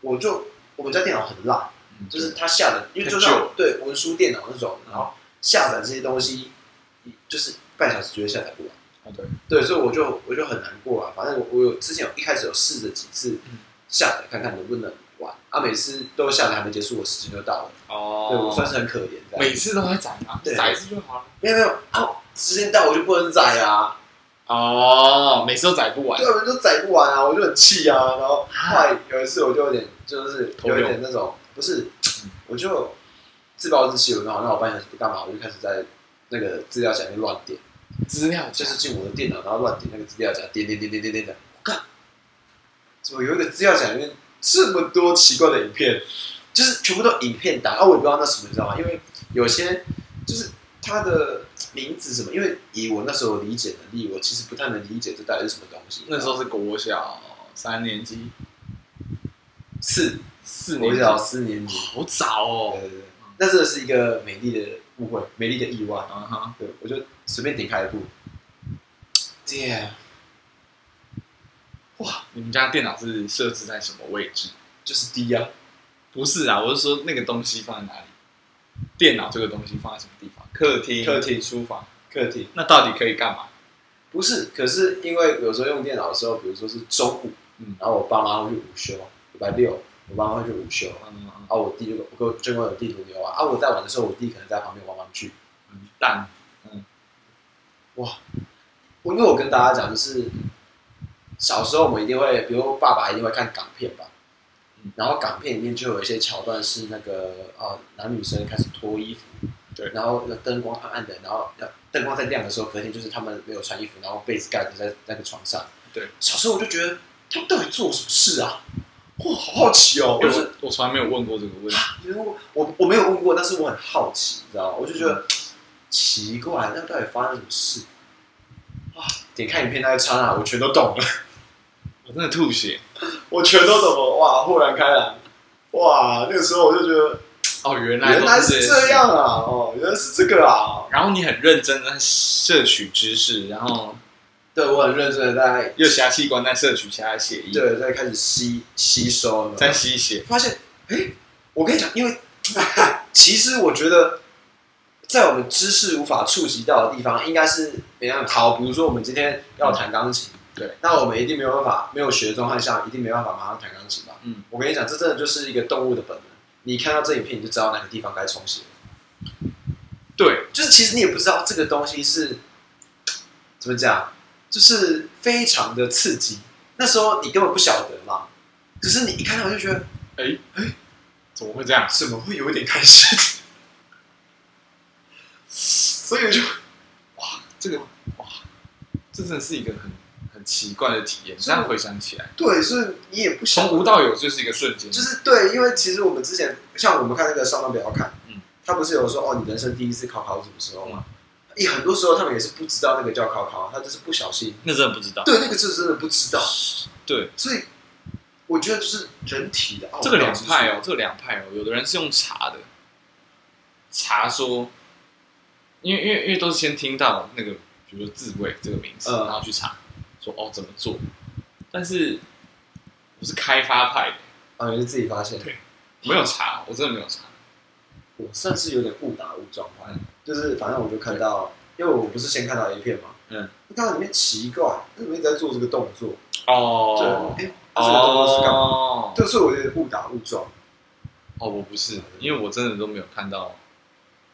Speaker 2: 我就我们家电脑很烂。
Speaker 1: 嗯，
Speaker 2: 就是它下的，因为就
Speaker 1: 很
Speaker 2: 像
Speaker 1: 旧
Speaker 2: 对文书电脑那种，
Speaker 1: 嗯
Speaker 2: 然后下载这些东西，就是半小时就会下载不完。
Speaker 1: 啊，对，
Speaker 2: 对，所以我就我就很难过啊。反正我我有之前有一开始有试着几次
Speaker 1: 嗯
Speaker 2: 下载看看能不能玩，啊，每次都下来还没结束，我时间就到了，
Speaker 1: 哦
Speaker 2: 对我算是很可怜这
Speaker 1: 每
Speaker 2: 样。
Speaker 1: 次都在宰吗？
Speaker 2: 对
Speaker 1: 宰一次就好了。
Speaker 2: 没有没有啊，时间到我就不能宰啊，
Speaker 1: 哦，每次都宰不完
Speaker 2: 对，。我就宰不完啊，我就很气啊。然后后来有一次我就有点就是有一点那种不是，我就自暴自弃，我然后那我半小时不干嘛，我就开始在那个资料夹里面乱点。
Speaker 1: 资料
Speaker 2: 就
Speaker 1: 就是是
Speaker 2: 进我的电脑，然后乱点那个资料夹，点点点点点点点，我看，怎么有一个资料夹里面这么多奇怪的影片，就是全部都影片档，啊，我也不知道那什么，你知道吗？因为有些就是它的名字什么，因为以我那时候的理解能力，我其实不太能理解这到底是什么东西。
Speaker 1: 那时候是国小三年级、
Speaker 2: 四，
Speaker 1: 四年
Speaker 2: 我
Speaker 1: 级，
Speaker 2: 小四年级，
Speaker 1: 好早哦。
Speaker 2: 对对对，那真的是一个美丽的误会，美丽的意外。
Speaker 1: 嗯哼，
Speaker 2: 对，我就随便点开一部，
Speaker 1: 对。哇，你们家电脑是设置在什么位置？
Speaker 2: 就是 D 啊，
Speaker 1: 不是啊，我是说那个东西放在哪里？电脑这个东西放在什么地方？客厅、
Speaker 2: 客厅
Speaker 1: 书房，
Speaker 2: 客厅。
Speaker 1: 那到底可以干嘛？
Speaker 2: 不是，可是因为有时候用电脑的时候，比如说是中午，
Speaker 1: 嗯
Speaker 2: 然后我爸妈会去午休，礼拜六我爸妈会去午休，
Speaker 1: 嗯嗯嗯
Speaker 2: 啊，我弟就我跟我就跟我弟轮流玩，啊，我在玩的时候，我弟可能在旁边玩玩具，
Speaker 1: 嗯，蛋
Speaker 2: 我因为我跟大家讲，就是小时候我们一定会，比如爸爸一定会看港片吧
Speaker 1: 嗯，
Speaker 2: 然后港片里面就有一些桥段是那个啊男女生开始脱衣服，
Speaker 1: 对
Speaker 2: 然后那灯光暗暗的，然后呃灯光在亮的时候，隔天就是他们没有穿衣服，然后被子盖着在那个床上。
Speaker 1: 对，
Speaker 2: 小时候我就觉得他们到底做了什么事啊？哇，好好奇哦！我
Speaker 1: 我
Speaker 2: 就是
Speaker 1: 我从来没有问过这个问题。
Speaker 2: 因为我我我没有问过，但是我很好奇，你知道吗？我就觉得、奇怪，那到底发生什么事？啊！点开影片那一刹那，我全都懂了，
Speaker 1: 我真的吐血
Speaker 2: 我全都懂了，哇！豁然开朗，哇！那个时候我就觉得
Speaker 1: 哦，原来
Speaker 2: 原来
Speaker 1: 都
Speaker 2: 是
Speaker 1: 是
Speaker 2: 这。样啊，哦，原来是这个啊。
Speaker 1: 然后你很认真的摄取知识，然后
Speaker 2: 对我很认真的在
Speaker 1: 又其他器官在摄取其他血液，
Speaker 2: 对在开始吸吸收了，
Speaker 1: 在吸血。
Speaker 2: 发现，哎、我跟你讲，因为 [laughs] 其实我觉得，在我们知识无法触及到的地方，应该是怎样？好，比如说我们今天要弹钢琴，
Speaker 1: 对，
Speaker 2: 那我们一定没有办法，没有学钟汉像，一定没办法马上弹钢琴吧？
Speaker 1: 嗯，
Speaker 2: 我跟你讲，这真的就是一个动物的本能。你看到这影片，你就知道哪个地方该重写。
Speaker 1: 对，
Speaker 2: 就是其实你也不知道这个东西是怎么讲，就是非常的刺激。那时候你根本不晓得嘛，可是你一看到就觉得
Speaker 1: 哎哎，怎么会这样？
Speaker 2: 怎么会有一点开心？ [laughs] 所以我就
Speaker 1: 这个哇，这真的是一个很很奇怪的体验。这
Speaker 2: 所以
Speaker 1: 样回想起来，
Speaker 2: 对，所以你也不想
Speaker 1: 从无到有就是一个瞬间，
Speaker 2: 就是对，因为其实我们之前像我们看那个《上班不要看》，
Speaker 1: 嗯
Speaker 2: 他不是有说哦，你人生第一次考考是什么时候吗？
Speaker 1: 嗯
Speaker 2: 也很多时候他们也是不知道那个叫考考，他就是不小心，
Speaker 1: 那真的不知道。
Speaker 2: 对，那个字真的不知道，
Speaker 1: 对，
Speaker 2: 所以我觉得就是人体的奥妙
Speaker 1: 这个两派哦，这个两派哦，有的人是用查的，查说，因为因为因为都是先听到那个，比如说自卫这个名词，
Speaker 2: 嗯
Speaker 1: 然后去查，说哦怎么做，但是我是开发派的，
Speaker 2: 就是，啊，你是自己发现的，
Speaker 1: 对没有查，我真的没有查，
Speaker 2: 我算是有点误打误撞吧，就是反正我就看到，因为我不是先看到 A 片嘛，
Speaker 1: 嗯，
Speaker 2: 看到里面奇怪，为什么一直在做这个动作？对，
Speaker 1: 哦
Speaker 2: 哎，他这个动作是干嘛？
Speaker 1: 哦
Speaker 2: 就是我有点误打误撞，
Speaker 1: 哦，我不是，因为我真的都没有看到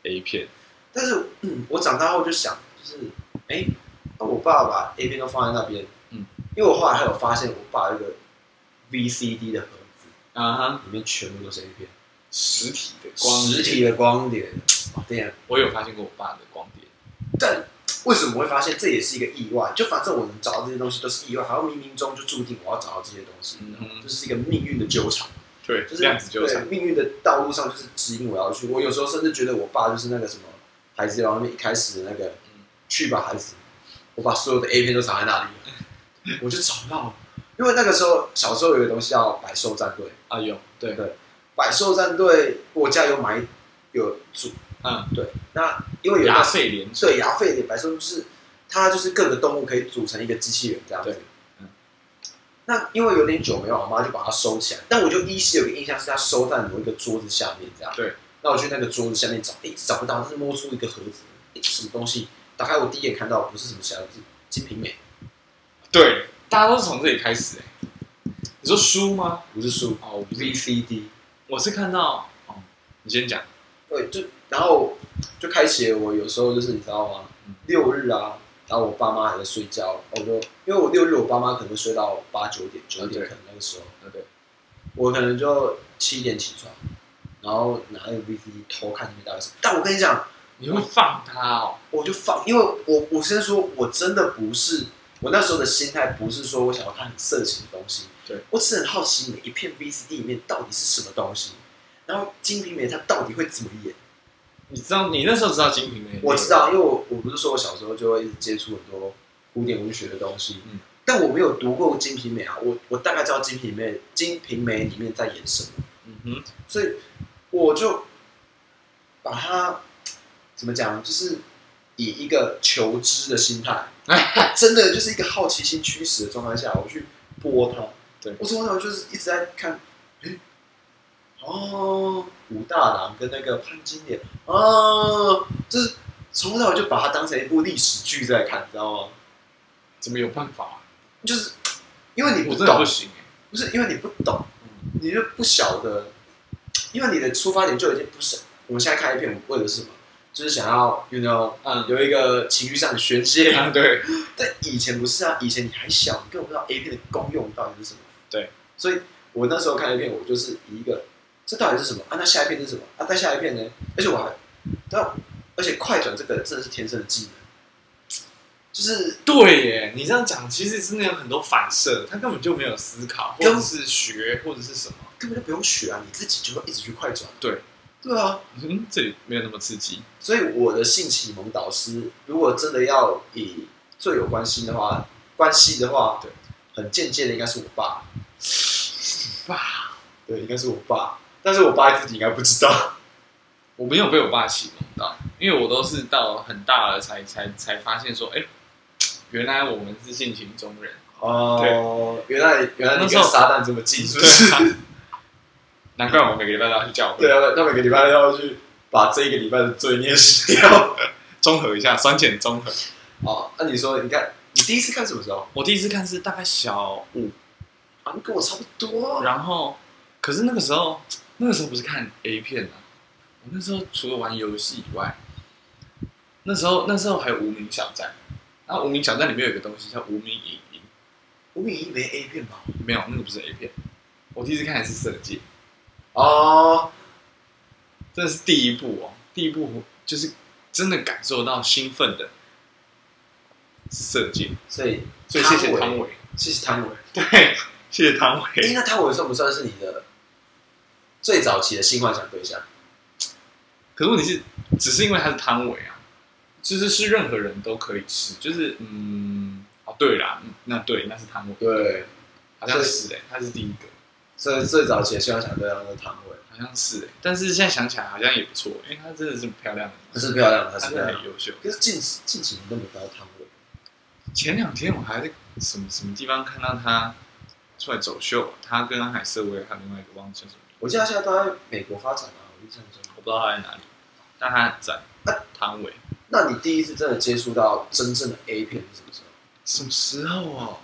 Speaker 1: A 片，
Speaker 2: 但是嗯我长大后就想，就是哎，那我爸把 A 片都放在那边，
Speaker 1: 嗯，
Speaker 2: 因为我后来还有发现，我爸有一个 VCD 的盒子，
Speaker 1: 啊哈，
Speaker 2: 里面全部都是 A 片，
Speaker 1: 实体的光碟
Speaker 2: 实体，的光碟，哇，天啊！
Speaker 1: 我有发现过我爸的光碟，
Speaker 2: 但为什么会发现这也是一个意外？就反正我能找到这些东西都是意外，好像冥冥中就注定我要找到这些东西，
Speaker 1: 嗯哼
Speaker 2: 就是一个命运的纠缠，
Speaker 1: 对，
Speaker 2: 就是
Speaker 1: 量子纠缠，
Speaker 2: 对命运的道路上就是指引我要去。我有时候甚至觉得我爸就是那个什么孩子王那边一开始的那个
Speaker 1: 嗯，
Speaker 2: 去吧孩子，我把所有的 A 片都藏在那里了，我就找不到。因为那个时候小时候有一个东西叫百兽战队，
Speaker 1: 啊有，对，
Speaker 2: 百兽战队我家有买有组，
Speaker 1: 嗯，
Speaker 2: 对，那因为有
Speaker 1: 牙
Speaker 2: 那
Speaker 1: 肺连锁，
Speaker 2: 对，牙肺脸白说就是它就是各个动物可以组成一个机器人这样子
Speaker 1: 对。嗯
Speaker 2: 那因为有点久没玩，我妈就把它收起来。但我就依稀有个印象是它收在某一个桌子下面这样。
Speaker 1: 对。
Speaker 2: 那我去那个桌子下面找，一直找不到，但是摸出一个盒子，诶什么东西？打开我第一眼看到不是什么小盒子，《金瓶梅》。
Speaker 1: 对，大家都是从这里开始、欸。说书吗？
Speaker 2: 不是书
Speaker 1: 哦，我不是，
Speaker 2: ，VCD。
Speaker 1: 我是看到哦，你先讲，
Speaker 2: 对，就然后就开启了我有时候就是你知道吗
Speaker 1: 嗯？
Speaker 2: 六日啊，然后我爸妈还在睡觉，我就因为我六日我爸妈可能会睡到八九点、九点，
Speaker 1: 对
Speaker 2: 可能那个时候
Speaker 1: 对对，
Speaker 2: 我可能就七点起床，然后拿那个 VCD 偷看里面大概是，但我跟你讲，
Speaker 1: 你会放它哦，
Speaker 2: 我就放，因为我我先说，我真的不是我那时候的心态，不是说我想要看很色情的东西，
Speaker 1: 对
Speaker 2: 我只是很好奇每一片 VCD 里面到底是什么东西，然后《金瓶梅》它到底会怎么演。
Speaker 1: 你知道你那时候知道《金瓶梅》？
Speaker 2: 我知，道，因为我我不是说我小时候就会一直接触很多古典文学的东西，
Speaker 1: 嗯
Speaker 2: 但我没有读过《金瓶梅》啊，我我大概知道《金瓶梅》《金瓶梅》里面在演什么，
Speaker 1: 嗯哼，
Speaker 2: 所以我就把它怎么讲，就是以一个求知的心态，
Speaker 1: [laughs]
Speaker 2: 真的就是一个好奇心驱使的状态下，我去播它。
Speaker 1: 对
Speaker 2: 我从小就是一直在看，诶哦，武大郎跟那个潘金莲，哦，就是从小就把它当成一部历史剧在看，你知道吗？
Speaker 1: 怎么有办法啊？
Speaker 2: 就是因为你
Speaker 1: 我
Speaker 2: 不
Speaker 1: 真的
Speaker 2: 懂
Speaker 1: 不，行哎，
Speaker 2: 不是因为你不懂，
Speaker 1: 嗯
Speaker 2: 你就不晓得，因为你的出发点就已经不是我们现在看一片，我为的是什么？就是想要，you know，
Speaker 1: 嗯，
Speaker 2: 有一个情绪上的宣泄。
Speaker 1: 啊对，
Speaker 2: 但以前不是啊，以前你还小，你根本不知道 A 片的功用到底是什么。
Speaker 1: 对，
Speaker 2: 所以我那时候看 A 片，我就是以一个这到底是什么啊？那下一片是什么啊？再下一片呢？而且我还，但而且快转这个真的是天生的技能，就是
Speaker 1: 对耶，你这样讲，其实真的有很多反射，他根本就没有思考，或
Speaker 2: 根
Speaker 1: 者是学，或者是什么。
Speaker 2: 根本就不用学啊，你自己就会一直去快转。
Speaker 1: 对，
Speaker 2: 对啊，
Speaker 1: 嗯，这里没有那么刺激。
Speaker 2: 所以我的性启蒙导师，如果真的要以最有关系的话，关系的话，
Speaker 1: 对，
Speaker 2: 很间接的应该是我爸，
Speaker 1: 爸，
Speaker 2: 对，应该是我爸，但是我爸自己应该不知道。
Speaker 1: 我没有被我爸启蒙到，因为我都是到很大了才才才发现说，哎、原来我们是性情中人。
Speaker 2: 哦，原来原来你
Speaker 1: 那时
Speaker 2: 跟
Speaker 1: 候
Speaker 2: 撒旦这么近，是不
Speaker 1: 对
Speaker 2: 是？
Speaker 1: 啊，难怪我每个礼拜都要去教会，
Speaker 2: 对啊，他每个礼拜都要去把这一个礼拜的罪孽洗掉。
Speaker 1: 综合一下酸碱综合。
Speaker 2: 哦，那、你说，你看你第一次看什么时候？
Speaker 1: 我第一次看是大概小五，
Speaker 2: 啊，你跟我差不多。
Speaker 1: 然后可是那个时候那个时候不是看 A 片啊，我那时候除了玩游戏以外，那时候那时候还有无名小站，然后无名小站里面有一个东西叫无名影音，
Speaker 2: 吴敏仪没 A 片吧？
Speaker 1: 没有那个不是 A 片，我第一次看的是色戒。
Speaker 2: 哦，
Speaker 1: 这是第一步哦，第一步就是真的感受到兴奋的是射箭，
Speaker 2: 所以
Speaker 1: 所以谢谢
Speaker 2: 汤
Speaker 1: 汤
Speaker 2: 唯，
Speaker 1: 唯，
Speaker 2: 谢谢汤唯。
Speaker 1: [laughs] 对，谢谢汤
Speaker 2: 哎、
Speaker 1: 唯。
Speaker 2: 那汤唯算不算是你的最早期的性幻想对象？
Speaker 1: 可是问题是，只是因为他是汤唯啊，就是是任何人都可以是，就是嗯，哦对啦，嗯那对那是汤唯，
Speaker 2: 对，
Speaker 1: 好像是哎、他是第一个，
Speaker 2: 所以最早期的性幻想对象是汤唯，
Speaker 1: 好像是哎、但是现在想起来好像也不错，因为她真的是漂亮的女
Speaker 2: 她是
Speaker 1: 生，
Speaker 2: 漂亮，她
Speaker 1: 她
Speaker 2: 是
Speaker 1: 真
Speaker 2: 漂
Speaker 1: 的
Speaker 2: 亮
Speaker 1: 很。优秀。
Speaker 2: 可是近近几年都没看到汤唯，
Speaker 1: 前两天我还在什么什么地方看到她出来走秀，她跟安海瑟薇还有另外一个忘记叫什么名字。
Speaker 2: 我记得她现在都在美国发展啊，我印象中。
Speaker 1: 我不知道他在哪里，但他很赞。汤唯
Speaker 2: 那你第一次真的接触到真正的 A 片是什么时候？
Speaker 1: 什么时候哦？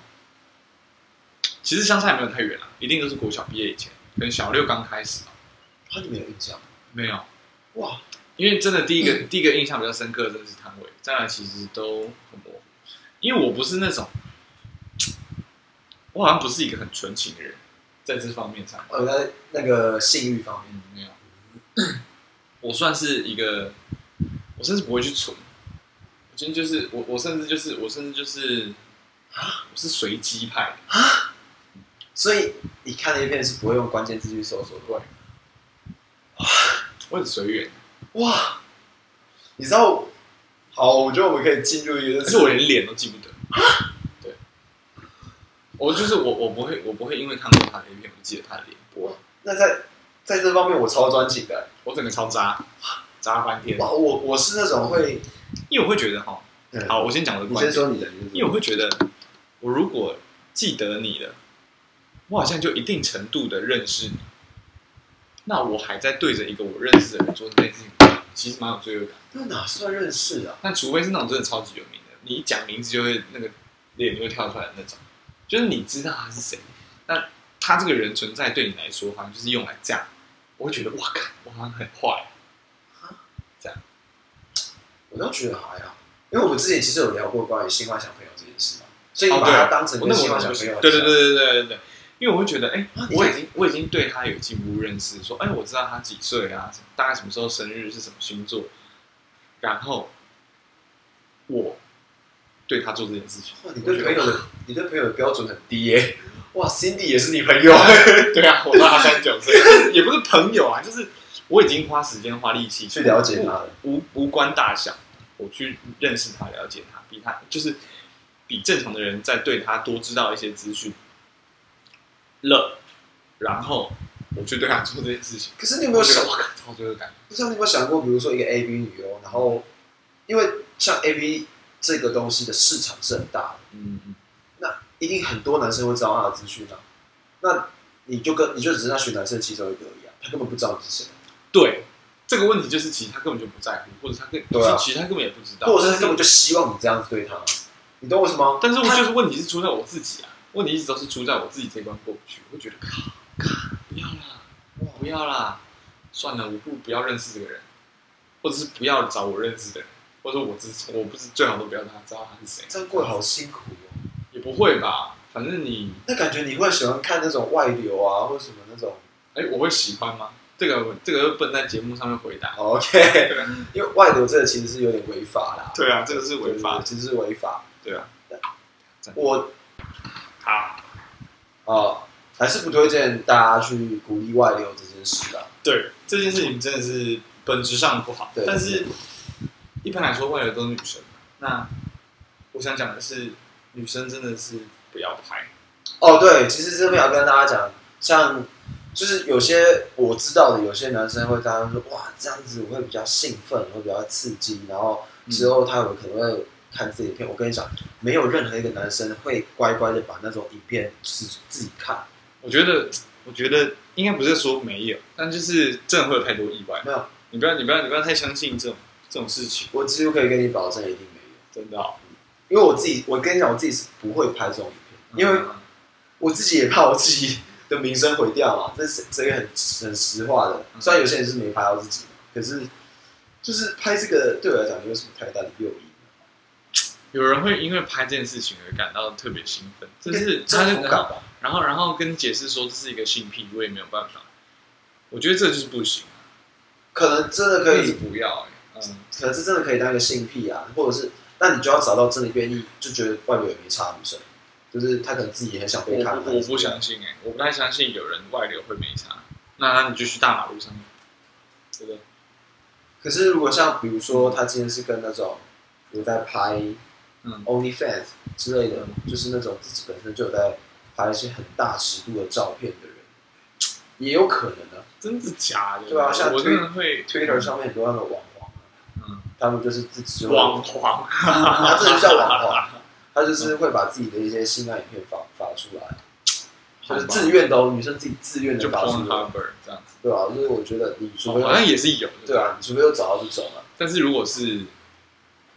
Speaker 1: 其实相差也没有太远了，一定都是国小毕业以前，可能小六刚开始吧。
Speaker 2: 啊，你没有印象？
Speaker 1: 没有，
Speaker 2: 哇，
Speaker 1: 因为真的第一个、第一个印象比较深刻，真的是汤唯，再来其实都很模糊。因为我不是那种，我好像不是一个很纯情的人，在这方面上，
Speaker 2: 呃，在那个性欲方面，
Speaker 1: 嗯，没有，我算是一个，我甚至不会去存，我今天就是我，我甚至就是我甚至就是啊，我是随机派的，
Speaker 2: 所以你看 A 片是不会用关键字去搜索的。
Speaker 1: 我很随缘，
Speaker 2: 哇，你知道？好，我觉得我们可以进入一个，
Speaker 1: 可是我连脸都记不得啊，对，我就是我，我不会，我不会因为看过他的 A 片，我记得他的脸，
Speaker 2: 哇，那在在这方面我超专情的。
Speaker 1: 我整个超渣， [gasps] 渣翻天，
Speaker 2: 哇，我我是那种会，
Speaker 1: 因为我会觉得哈，
Speaker 2: 嗯，
Speaker 1: 好，我先讲我的
Speaker 2: 你
Speaker 1: 观
Speaker 2: 先
Speaker 1: 点，
Speaker 2: 说你的，你先说
Speaker 1: 因为我会觉得，我如果记得你了，我好像就一定程度的认识你。那我还在对着一个我认识的人做这件事情，其实蛮有罪恶感。
Speaker 2: 那哪算认识啊？
Speaker 1: 但除非是那种真的超级有名的，你一讲名字就会那个脸就会跳出来的那种，就是你知道他是谁，但他这个人存在对你来说，好像就是用来这样，我会觉得哇靠，我好像很坏。
Speaker 2: 我倒觉得还好，因为我们之前其实有聊过关于性化小朋友这件事嘛，所以
Speaker 1: 哦
Speaker 2: 你把
Speaker 1: 对
Speaker 2: 它当成
Speaker 1: 我
Speaker 2: 跟
Speaker 1: 那我
Speaker 2: 性化
Speaker 1: 就
Speaker 2: 小
Speaker 1: 不
Speaker 2: 朋
Speaker 1: 行
Speaker 2: 友，
Speaker 1: 对对，对对对对对，因为我会觉得，哎、
Speaker 2: 啊你
Speaker 1: 我
Speaker 2: 才
Speaker 1: 已经我已经对他有进一步认识，说，哎、我知道他几岁啊，大概什么时候生日，是什么星座，然后我对他做这件事情，
Speaker 2: 哇，你
Speaker 1: 我
Speaker 2: 对
Speaker 1: 觉
Speaker 2: 朋
Speaker 1: 得
Speaker 2: 友的你对朋友的标准很低耶、哇，Cindy 也是你朋友，
Speaker 1: [laughs] 对啊，我到他三十九岁， [laughs] 就是也不是朋友啊，就是我已经花时间花力气
Speaker 2: 去了解他了，
Speaker 1: 无无关大小，我去认识他、了解他，比他就是比正常的人再对他多知道一些资讯了，然后我去对他做这件事情。
Speaker 2: [laughs] 可是你有没有
Speaker 1: 我觉
Speaker 2: 想
Speaker 1: 得，我靠，超这个感
Speaker 2: 不知道你有没有想过，比如说一个 AV 女优，然后因为像 AV 这个东西的市场是很大的，
Speaker 1: 嗯嗯，
Speaker 2: 一定很多男生会知道她的资讯啊。那你就跟你就只是那群男生其中一个而已啊，他根本不知道你是谁，
Speaker 1: 对，这个问题就是其实他根本就不在乎，或者他根
Speaker 2: 对啊
Speaker 1: 其实他根本也不知道，
Speaker 2: 或者是他根本就希望你这样子对他，你懂我什么？
Speaker 1: 但是我就是问题是出在我自己啊，问题一直都是出在我自己这关过不去，我觉得靠靠不要啦，
Speaker 2: 哇
Speaker 1: 不要啦，算了，我不不要认识这个人，或者是不要找我认识的人，或者我只我不是最好都不要让他知道他是谁，
Speaker 2: 这样过得好辛苦哦。
Speaker 1: 也不会吧，反正你
Speaker 2: 那感觉你会喜欢看那种外流啊，或者什么那种。
Speaker 1: 哎、我会喜欢吗？这个我这个又不能在节目上面回答，
Speaker 2: OK， [laughs] 嗯
Speaker 1: 对啊
Speaker 2: 因为外流这个其实是有点违法啦，
Speaker 1: 对啊，这个是违法
Speaker 2: 对，，其实是违法。
Speaker 1: 对啊，
Speaker 2: 我
Speaker 1: 好，
Speaker 2: 呃还是不推荐大家去鼓励外流这件事啦。
Speaker 1: 对这件事情真的是本质上不好，
Speaker 2: 对
Speaker 1: 但是一般来说外流都是女生，那我想讲的是，女生真的是不要拍，
Speaker 2: 哦，对，其实这边要跟大家讲，像就是有些我知道的，有些男生会跟他说，哇，这样子我会比较兴奋，会比较刺激，然后之后他有可能会看这影片。我跟你讲，没有任何一个男生会乖乖的把那种影片自自己看，
Speaker 1: 我觉得，我觉得应该不是说没有，但就是真的会有太多意外。
Speaker 2: 没有，
Speaker 1: 你不要，你不要，你不要太相信这种这种事情，
Speaker 2: 我几乎可以跟你保证，一定没有。
Speaker 1: 真的哦、
Speaker 2: 因为我自己，我跟你讲，我自己是不会拍这种影
Speaker 1: 嗯
Speaker 2: 片，因为我自己也怕我自己的名声毁掉嘛， [laughs] 这是这个很很实话的。
Speaker 1: 嗯
Speaker 2: 虽然有些人是没拍到自己，可是就是拍这个对我来讲没有什么太大的诱因。
Speaker 1: 有人会因为拍这件事情而感到特别兴奋，就
Speaker 2: 跟
Speaker 1: 是他
Speaker 2: 征
Speaker 1: 就
Speaker 2: 服感吧，
Speaker 1: 然后然后跟你解释说这是一个性癖，我也没有办法。我觉得这就是不行，
Speaker 2: 可能真的可
Speaker 1: 这
Speaker 2: 以
Speaker 1: 是，不要、欸。嗯，
Speaker 2: 可能是真的可以当一个性癖啊，或者是，那你就要找到真的愿意，就觉得外表也没差的女生，就是她可能自己也很想被看
Speaker 1: 我
Speaker 2: 到。
Speaker 1: 不我不相信哎、我不太相信有人外流会没差。那那你就去大马路上面，对不对？
Speaker 2: 可是如果像比如说他今天是跟那种有在拍
Speaker 1: 嗯
Speaker 2: OnlyFans 之类的，就是那种自己本身就有在拍一些很大尺度的照片的人，也有可能啊。
Speaker 1: 真的假的？
Speaker 2: 对啊像
Speaker 1: 我真的会
Speaker 2: Twitter 上面很多那种网红啊，
Speaker 1: 嗯
Speaker 2: 他们就是自己就会
Speaker 1: 网，黄，
Speaker 2: 他这就叫网
Speaker 1: [laughs]
Speaker 2: 红，他就是会把自己的一些性爱影片发发出来， [laughs] 就是自愿的哦，女生自己自愿
Speaker 1: 就
Speaker 2: 的发出
Speaker 1: Porn
Speaker 2: 来，
Speaker 1: Harbor 这样子，
Speaker 2: 对吧、就是我觉得你除非
Speaker 1: 好像也是有
Speaker 2: 对，啊，你除非有找到这种啊，
Speaker 1: 但是如果是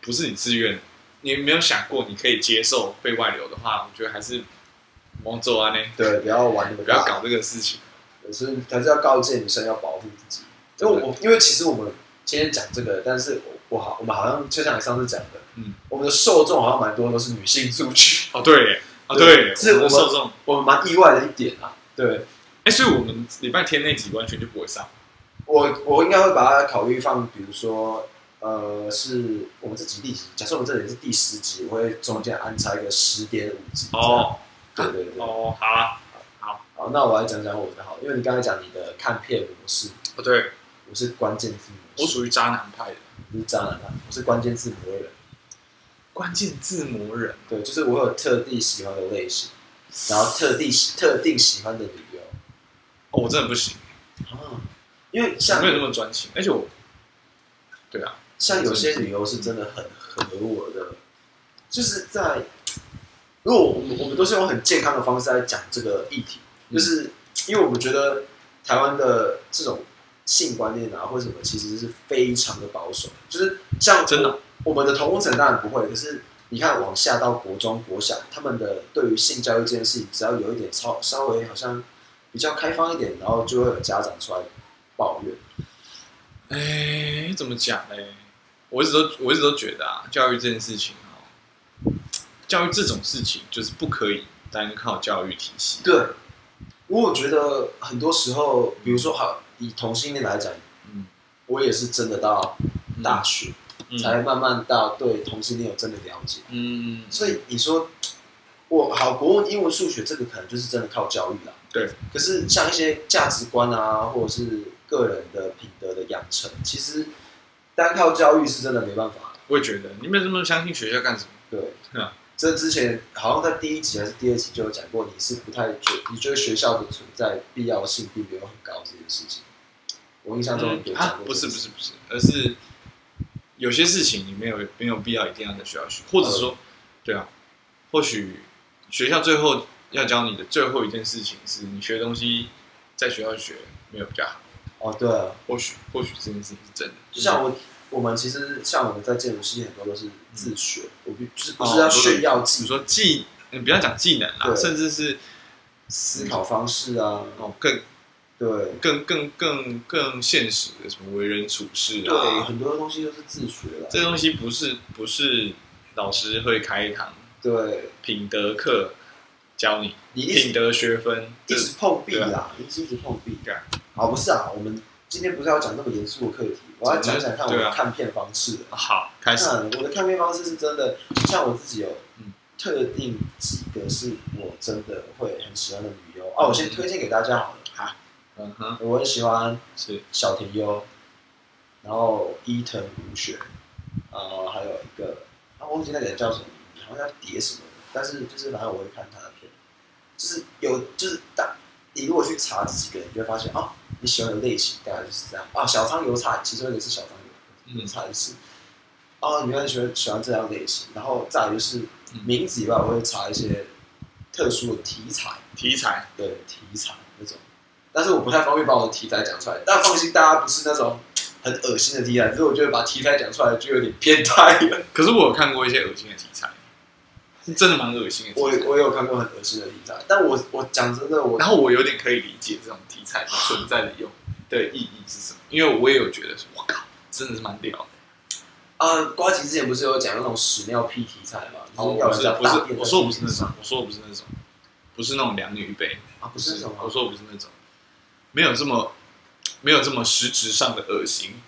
Speaker 1: 不是你自愿，你没有想过你可以接受被外流的话，我觉得还是王走啊呢，
Speaker 2: 对，不要玩那么
Speaker 1: 不要搞
Speaker 2: 大。
Speaker 1: 这个事情。
Speaker 2: 所以还是要告诫女生要保护自己。因为我因为其实我们今天讲这个，但是我我好我们好像就像你上次讲的，
Speaker 1: 嗯，
Speaker 2: 我们的受众好像蛮多都是女性族群， [laughs]
Speaker 1: 哦，对耶，啊
Speaker 2: 对
Speaker 1: 对耶，
Speaker 2: 是
Speaker 1: 我们
Speaker 2: 我们
Speaker 1: 受众。
Speaker 2: 我们蛮意外的一点啊。对
Speaker 1: 哎，所以我们礼拜天那集完全就不会上。
Speaker 2: 我我应该会把它考虑放，比如说呃，是我们这集第几？假设我们这里是第十集，我会中间安插一个十点五集。
Speaker 1: 哦
Speaker 2: 这样，对对对。
Speaker 1: 哦，好啊，
Speaker 2: 好，那我来讲讲我的好，因为你刚才讲你的看片模式，
Speaker 1: 哦对，
Speaker 2: 我是关键字模
Speaker 1: 我
Speaker 2: 式，
Speaker 1: 属于渣男派的，
Speaker 2: 你是渣男啊，我是关键字魔人。
Speaker 1: 关键字魔人。
Speaker 2: 对，就是我有特地喜欢的类型，然后特地喜特定喜欢的理由
Speaker 1: 哦，我真的不行，
Speaker 2: 啊，因为
Speaker 1: 我
Speaker 2: 像
Speaker 1: 没有那么专情，而且我，对啊，
Speaker 2: 像有些理由是真的很合我的，就是在如果我们我们都是用很健康的方式来讲这个议题，就是因为我们觉得台湾的这种性观念啊或什么其实是非常的保守，就是像
Speaker 1: 真的
Speaker 2: 我们的同工层当然不会，可是你看往下到国中、国小，他们的对于性教育这件事情，只要有一点稍稍微好像比较开放一点，然后就会有家长出来抱怨。
Speaker 1: 哎，怎么讲嘞？我一直都我一直都觉得啊，教育这件事情哦，教育这种事情就是不可以单靠教育体系。
Speaker 2: 对，我觉得很多时候，比如说好以同性恋来讲，
Speaker 1: 嗯，
Speaker 2: 我也是真的到大学、
Speaker 1: 嗯
Speaker 2: 才慢慢到对同性恋有真的了解。
Speaker 1: 嗯，
Speaker 2: 所以你说我好国文、英文、数学这个可能就是真的靠教育啦。
Speaker 1: 对。
Speaker 2: 可是像一些价值观啊，或者是个人的品德的养成，其实单靠教育是真的没办法。
Speaker 1: 我也觉得，你们这么相信学校干什么？
Speaker 2: 对
Speaker 1: 是啊，
Speaker 2: 这之前好像在第一集还是第二集就有讲过，你是不太觉，你觉得学校的存在必要性并没有很高这件事情。我印象中有讲
Speaker 1: 啊
Speaker 2: 过、，
Speaker 1: 不是不是，不是，而是有些事情你没有没有必要一定要在学校学，或者说，
Speaker 2: 嗯
Speaker 1: 对啊，或许学校最后要教你的最后一件事情是你学的东西在学校学没有比较好，
Speaker 2: 哦，对啊，
Speaker 1: 或许或许这件事情是真的，
Speaker 2: 就像我我们其实像我们在建筑系很多都是自学，我必就是不是
Speaker 1: 哦很
Speaker 2: 要
Speaker 1: 多
Speaker 2: 炫耀
Speaker 1: 比
Speaker 2: 技
Speaker 1: 如
Speaker 2: 术、
Speaker 1: 说技，你不要讲技能啦，
Speaker 2: 对
Speaker 1: 甚至是
Speaker 2: 思考方式啊，
Speaker 1: 哦更
Speaker 2: 对
Speaker 1: 更更更更现实的什么为人处事
Speaker 2: 对，
Speaker 1: 啊，
Speaker 2: 很多东西都是自学啊的，
Speaker 1: 这东西不是不是老师会开一堂
Speaker 2: 对
Speaker 1: 品德课教你。
Speaker 2: 你一直
Speaker 1: 品德学分，
Speaker 2: 一
Speaker 1: 这
Speaker 2: 直碰壁
Speaker 1: 对
Speaker 2: 啦，一直一直碰壁
Speaker 1: 对啊。
Speaker 2: 好，不是啊，我们今天不是要讲那么严肃的课题，我要讲讲看我
Speaker 1: 对
Speaker 2: 的
Speaker 1: 啊
Speaker 2: 看片方式。
Speaker 1: 好开始。
Speaker 2: 嗯，我的看片方式是真的，像我自己有
Speaker 1: 嗯
Speaker 2: 特定几个是我真的会很喜欢的女优哦、啊，我先推荐给大家好了。
Speaker 1: 嗯哼，
Speaker 2: 我很喜欢
Speaker 1: 是
Speaker 2: 小田优，然后伊藤如雪，呃，还有一个啊，我忘记那个人叫什么名字，好像叫蝶什么的，但是就是反正我会看他的片，就是有就是大，你如果去查这几个人，你就会发现哦，你喜欢的类型大概就是这样啊。小仓由菜，其中一个是小仓由
Speaker 1: 嗯
Speaker 2: 菜是，哦，你会喜欢喜欢这样类型，然后再来就是
Speaker 1: 嗯
Speaker 2: 名字以外，我会查一些特殊的题材。
Speaker 1: 题材，
Speaker 2: 的题材那种，但是我不太方便把我的题材讲出来。但放心，大家不是那种很恶心的题材，只是我觉得把题材讲出来就有点变态了。
Speaker 1: 可是我有看过一些恶心的题材，是真的蛮恶心的
Speaker 2: 我
Speaker 1: 题材。
Speaker 2: 我有看过很恶心的题材，但我我讲真的，我
Speaker 1: 然后我有点可以理解这种题材的存在的用的意义是什么，因为我也有觉得说，我靠，真的是蛮屌的。
Speaker 2: 啊，瓜吉之前不是有讲那种屎尿屁题材嘛，
Speaker 1: 我
Speaker 2: 就是要
Speaker 1: 不是不
Speaker 2: 人家大
Speaker 1: 是，
Speaker 2: 便
Speaker 1: 哦我
Speaker 2: 的
Speaker 1: 说我不是那
Speaker 2: 题材
Speaker 1: 种，我说我不是那种，不是那种两女一杯，
Speaker 2: 啊，不
Speaker 1: 不
Speaker 2: 是那
Speaker 1: 是
Speaker 2: 种啊
Speaker 1: 我说我不是那种，没有这么没有这么实质上的恶心。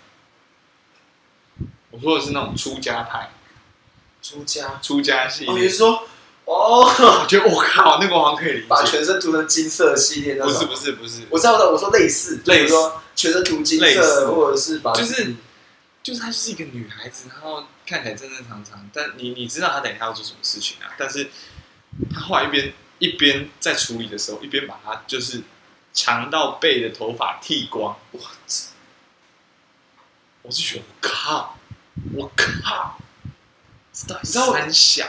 Speaker 1: 我说的是那种出家派，
Speaker 2: 出家
Speaker 1: 出家系
Speaker 2: 哦，你
Speaker 1: 列
Speaker 2: 是，说哦，
Speaker 1: 我觉得我靠，那个我好像可以理解。
Speaker 2: 把全身涂成金色系列那
Speaker 1: 不
Speaker 2: 种？
Speaker 1: 是不是不是，
Speaker 2: 我知道的，我说类似，就
Speaker 1: 类
Speaker 2: 是
Speaker 1: 似
Speaker 2: 说全身涂金
Speaker 1: 类似
Speaker 2: 色，或者是把
Speaker 1: 就是就是她就是一个女孩子，然后看起来正正常常，但你你知道她等一下要做什么事情啊？但是她后来一边一边在处理的时候，一边把她就是长到背的头发剃光，我操！我是觉得我靠，我靠，这到底
Speaker 2: 你知道我
Speaker 1: 三小？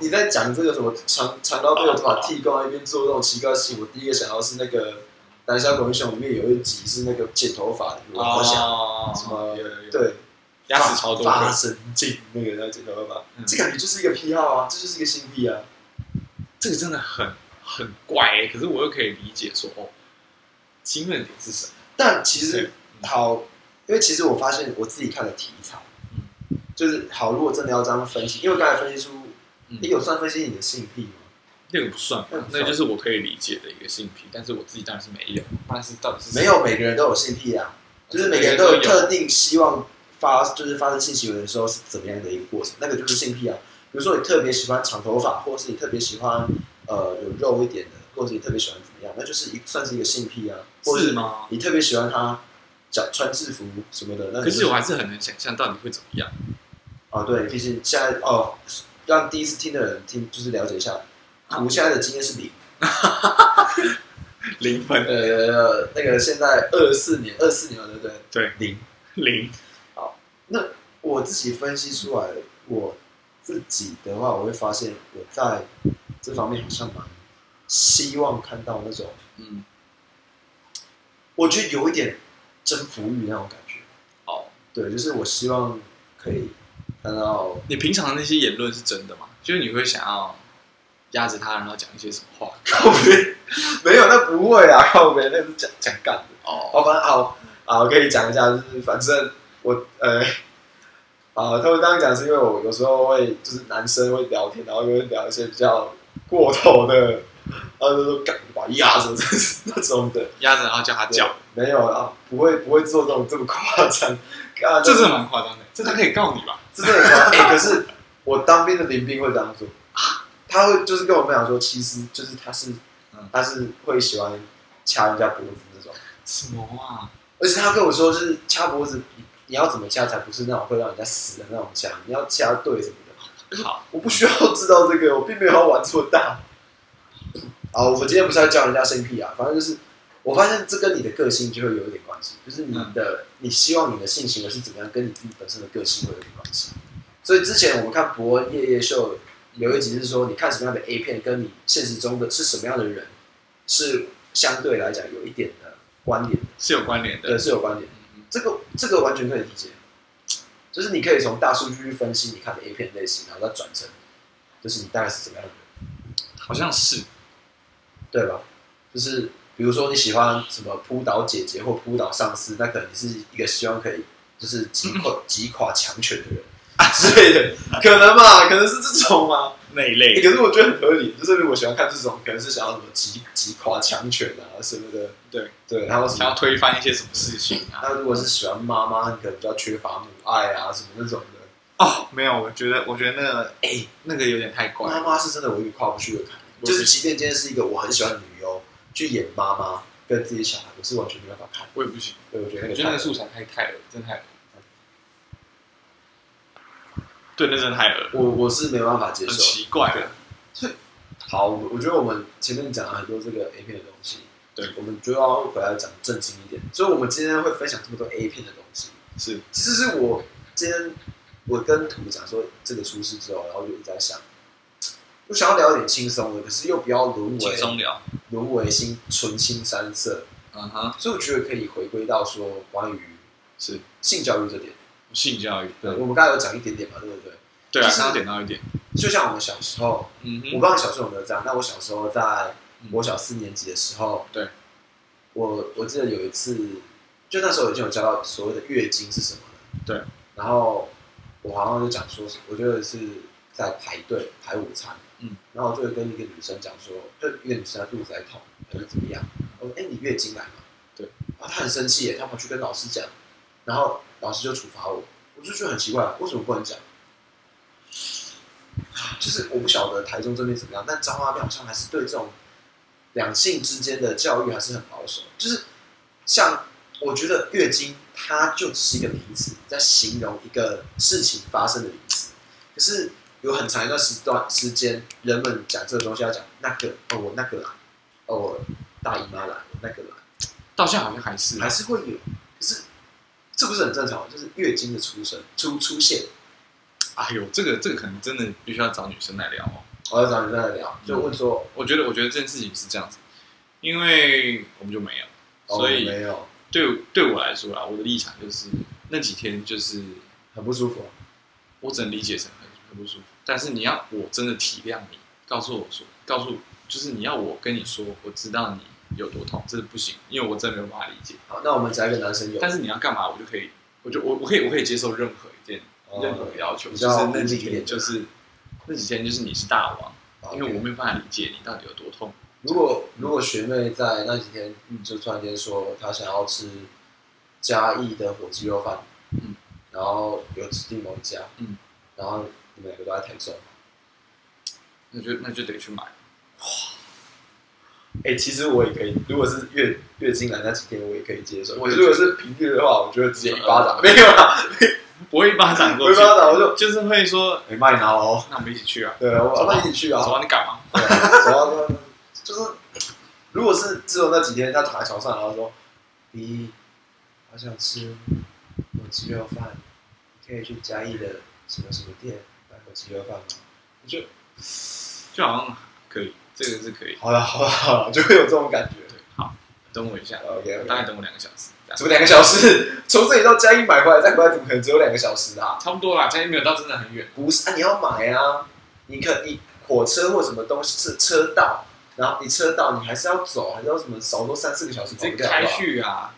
Speaker 2: 你在讲这个什么长长刀被我头发剃光，一边做那种奇怪的事情，我第一个想到是那个《胆小狗英雄》里面有一集是那个剪头发的，我好想、
Speaker 1: 哦
Speaker 2: 什
Speaker 1: 有
Speaker 2: 么
Speaker 1: 有有
Speaker 2: [laughs] 对
Speaker 1: 牙齿超多
Speaker 2: 发
Speaker 1: 的，
Speaker 2: 神经那个在剪头发，
Speaker 1: 嗯
Speaker 2: 这感觉就是一个癖好啊，这就是一个性癖啊。
Speaker 1: 这个真的很很怪、欸，可是我又可以理解说哦，惊人的点是什么？
Speaker 2: 但其实
Speaker 1: 嗯
Speaker 2: 好，因为其实我发现我自己看的题材，就是好，如果真的要这样分析，因为刚才分析出，
Speaker 1: 嗯
Speaker 2: 你有算分析你的性癖吗？
Speaker 1: 那个不嗯算吧
Speaker 2: 那个，不
Speaker 1: 那
Speaker 2: 算
Speaker 1: 个就是我可以理解的一个性癖，但是我自己当然是没有。但是到底是
Speaker 2: 没有每个人都有性癖啊，就是每个人都有特定希望发，就是发生性行为的时候是怎么样的一个过程，那个就是性癖啊。比如说你特别喜欢长头发，或是你特别喜欢呃有肉一点的，或是你特别喜欢怎么样，那就是一算是一个性癖啊。或
Speaker 1: 是
Speaker 2: 是
Speaker 1: 吗？
Speaker 2: 你特别喜欢他脚穿制服什么的，那
Speaker 1: 可
Speaker 2: 你就是
Speaker 1: 我还是很难想象到底会怎么样。
Speaker 2: 啊，对，毕竟现在哦，让第一次听的人听就是了解一下，我现在的经验是零。
Speaker 1: [laughs] 零分，
Speaker 2: 呃，那个现在二四年，二四年了对不对？
Speaker 1: 对，
Speaker 2: 零。
Speaker 1: 零，
Speaker 2: 那我自己分析出来，我自己的话，我会发现我在这方面好像蛮希望看到那种，
Speaker 1: 嗯，
Speaker 2: 我觉得有一点征服欲那种感觉。
Speaker 1: 哦，
Speaker 2: 对，就是我希望可以看到，
Speaker 1: 你平常的那些言论是真的吗？就是你会想要压着他，然后讲一些什么话。
Speaker 2: 靠背， [laughs] 没有，那不会啊，靠背，那是讲讲干的。
Speaker 1: 哦，
Speaker 2: 哦，反正好啊，我可以讲一下，就是反正我呃， [laughs] 啊，他们这样讲是因为我有时候会就是男生会聊天，然后又会聊一些比较过头的，然后就说干把压着那种的，
Speaker 1: 压着然后叫 [laughs] 他叫，
Speaker 2: 没有啊，不会不会做这种这么夸张，啊，
Speaker 1: 这
Speaker 2: 是
Speaker 1: 是蛮夸张的，这他可以告你吧？
Speaker 2: 这真的很夸张哎、可是我当兵的林兵会这样做，啊他会就是跟我分享说，其实就是他是
Speaker 1: 嗯
Speaker 2: 他是会喜欢掐人家脖子那种。
Speaker 1: 什么啊？
Speaker 2: 而且他跟我说，就是掐脖子，你你要怎么掐才不是那种会让人家死的那种掐，你要掐对什么的。
Speaker 1: 好，
Speaker 2: 我不需要知道这个，我并没有要玩这么大。好，我今天不是要教人家生僻啊，反正就是，我发现这跟你的个性就会有一点关系，就是你的、你希望你的性行为是怎么样，跟你自己本身的个性会有点关系。所以之前我们看伯恩夜夜秀有一集是说，你看什么样的 A 片，跟你现实中的是什么样的人，是相对来讲有一点的关联的，
Speaker 1: 是有关联
Speaker 2: 对，
Speaker 1: 的。
Speaker 2: 是有关联的。
Speaker 1: 嗯
Speaker 2: 这个这个完全可以理解，就是你可以从大数据去分析你看的 A 片类型，然后再转成，就是你大概是怎么样的人，
Speaker 1: 好像是，
Speaker 2: 对吧？就是比如说你喜欢什么扑倒姐姐或扑倒上司，那可能你是一个希望可以就是击
Speaker 1: [laughs]
Speaker 2: 垮击垮强权的人 [laughs] 之类的，可能嘛，可能是这种嘛。
Speaker 1: 那一
Speaker 2: 欸
Speaker 1: 类
Speaker 2: 可是我觉得很合理，就是如果喜欢看这种，可能是想要什么击击垮强权啊什么的，
Speaker 1: 对
Speaker 2: 对，然后什
Speaker 1: 想要
Speaker 2: 么。
Speaker 1: 推翻一些什么事情啊？
Speaker 2: 那如果是喜欢妈妈，你可能比较缺乏母爱啊什么那种的。
Speaker 1: 哦，没有，我觉得，我觉得那个，哎，那个有点太怪
Speaker 2: 妈
Speaker 1: 了。
Speaker 2: 妈是真的我有点跨不去的坎，
Speaker 1: 我
Speaker 2: 就是
Speaker 1: 也
Speaker 2: 即便今天是一个我很喜欢的女优去演妈妈跟自己小孩，我是完全没办法看。
Speaker 1: 我也不行，
Speaker 2: 对，我觉得那
Speaker 1: 我
Speaker 2: 个
Speaker 1: 觉得那个
Speaker 2: 太
Speaker 1: 素材太太恶，真的太恶。对，那真的太恶，
Speaker 2: 我我是没办法接
Speaker 1: 很
Speaker 2: 受。
Speaker 1: 奇怪啊的。
Speaker 2: 好，我我觉得我们前面讲了很多这个 A 片的东西，
Speaker 1: 对，
Speaker 2: 我们就要回来讲正经一点。所以，我们今天会分享这么多 A 片的东西，
Speaker 1: 是，
Speaker 2: 其实是我今天我跟图讲说这个出事之后，然后我就一直在想，我想要聊点轻松的，可是又不要沦
Speaker 1: 轻
Speaker 2: 为
Speaker 1: 松聊。
Speaker 2: 沦为新纯新三色，
Speaker 1: 嗯哼，
Speaker 2: 所以我觉得可以回归到说关于
Speaker 1: 是
Speaker 2: 性教育这点，
Speaker 1: 性教育。
Speaker 2: 我们刚才有讲一点点嘛，对不对？
Speaker 1: 对啊，
Speaker 2: 就是
Speaker 1: 刚刚点到一点。
Speaker 2: 就像我们小时候，
Speaker 1: 嗯哼，
Speaker 2: 我不知道你小时候有没有这样，那我小时候在
Speaker 1: 嗯
Speaker 2: 我小四年级的时候，
Speaker 1: 对，
Speaker 2: 我我记得有一次，就那时候已经有教到所谓的月经是什么了，
Speaker 1: 对，
Speaker 2: 然后我好像就讲说，我觉得是在排队排午餐，
Speaker 1: 嗯，
Speaker 2: 然后我就跟一个女生讲说，就一个女生她肚子在痛，还是怎么样，我说，哎、你月经来吗？
Speaker 1: 对，
Speaker 2: 啊，她很生气耶，她跑去跟老师讲，然后老师就处罚我，我就觉得很奇怪，为什么不能讲？就是我不晓得台中这边怎么样，但彰化那边好像还是对这种两性之间的教育还是很保守。就是像我觉得月经它就只是一个名词，在形容一个事情发生的名词。可是有很长一段时段时间，人们讲这个东西要讲那个哦，我那个来，哦，我大姨妈来，我那个来，
Speaker 1: 到现在好像还是
Speaker 2: 还是会有。可是这不是很正常吗？就是月经的出生出出现，
Speaker 1: 哎呦，这个这个可能真的必须要找女生来聊哦。
Speaker 2: 我要找人在聊，就问说、
Speaker 1: 我觉得，我觉得这件事情是这样子，因为我们就没有，
Speaker 2: 哦，
Speaker 1: 所以
Speaker 2: 没有，
Speaker 1: 对对我来说啦，我的立场就是那几天就是
Speaker 2: 很不舒服。
Speaker 1: 我只能理解成很很不舒服，但是你要我真的体谅你，告诉我说，告诉就是你要我跟你说，我知道你有多痛，这是不行，因为我真的没有办法理解。
Speaker 2: 好，那我们找一个男生有，
Speaker 1: 但是你要干嘛，我就可以，我就我我可以我可以接受任何一件、
Speaker 2: 哦
Speaker 1: 任何要求，
Speaker 2: 比
Speaker 1: 就
Speaker 2: 较
Speaker 1: 是那
Speaker 2: 物理
Speaker 1: 几
Speaker 2: 一点
Speaker 1: 天
Speaker 2: 的
Speaker 1: 就是那几天就是你是大王，
Speaker 2: 好
Speaker 1: 因为我
Speaker 2: OK
Speaker 1: 没有办法理解你到底有多痛。
Speaker 2: 如果如果学妹在那几天就突然间说她想要吃嘉义的火鸡肉饭，
Speaker 1: 嗯，
Speaker 2: 然后有指定某一家，
Speaker 1: 嗯，
Speaker 2: 然后你们两个都在台中，
Speaker 1: 那就那就得去买，
Speaker 2: 哎、其实我也可以，如果是月月经来那几天，我也可以接受。
Speaker 1: 我
Speaker 2: 我
Speaker 1: 也
Speaker 2: 如果是平日的话，我就会直接一巴掌，
Speaker 1: 嗯
Speaker 2: [laughs] 没有啦，
Speaker 1: 不会一巴掌
Speaker 2: 我
Speaker 1: 过
Speaker 2: 一
Speaker 1: 去，
Speaker 2: 巴掌我就
Speaker 1: 就是会说，
Speaker 2: 没卖拿哦。
Speaker 1: 那我们一起去啊，
Speaker 2: 对，我
Speaker 1: 走吧
Speaker 2: 要不然一起去啊
Speaker 1: 走。啊，你干嘛？
Speaker 2: 对啊然后呢，就是如果是只有那几天，他躺在床上，然后说：“你好想吃火鸡肉饭，你可以去嘉义的什么什么店买火鸡肉饭吗
Speaker 1: 就好像可以，这个是可以？”。
Speaker 2: 好了好了好了，就会有这种感觉。
Speaker 1: 对，好，等我一下，
Speaker 2: OK，
Speaker 1: 大概等我两个小时，这样
Speaker 2: 怎么两个小时？从这里到嘉义买回来再回来，怎么可能只有两个小时
Speaker 1: 哦
Speaker 2: 啊？
Speaker 1: 差不多啦，嘉义没有到真的很远，
Speaker 2: 不是啊，你要买啊！你可你火车或什么东西车车道，然后你车道你还是要走，还是要什么少说三四个小时
Speaker 1: 你
Speaker 2: 跑
Speaker 1: 这
Speaker 2: 不掉好
Speaker 1: 开
Speaker 2: 不好
Speaker 1: 去啊？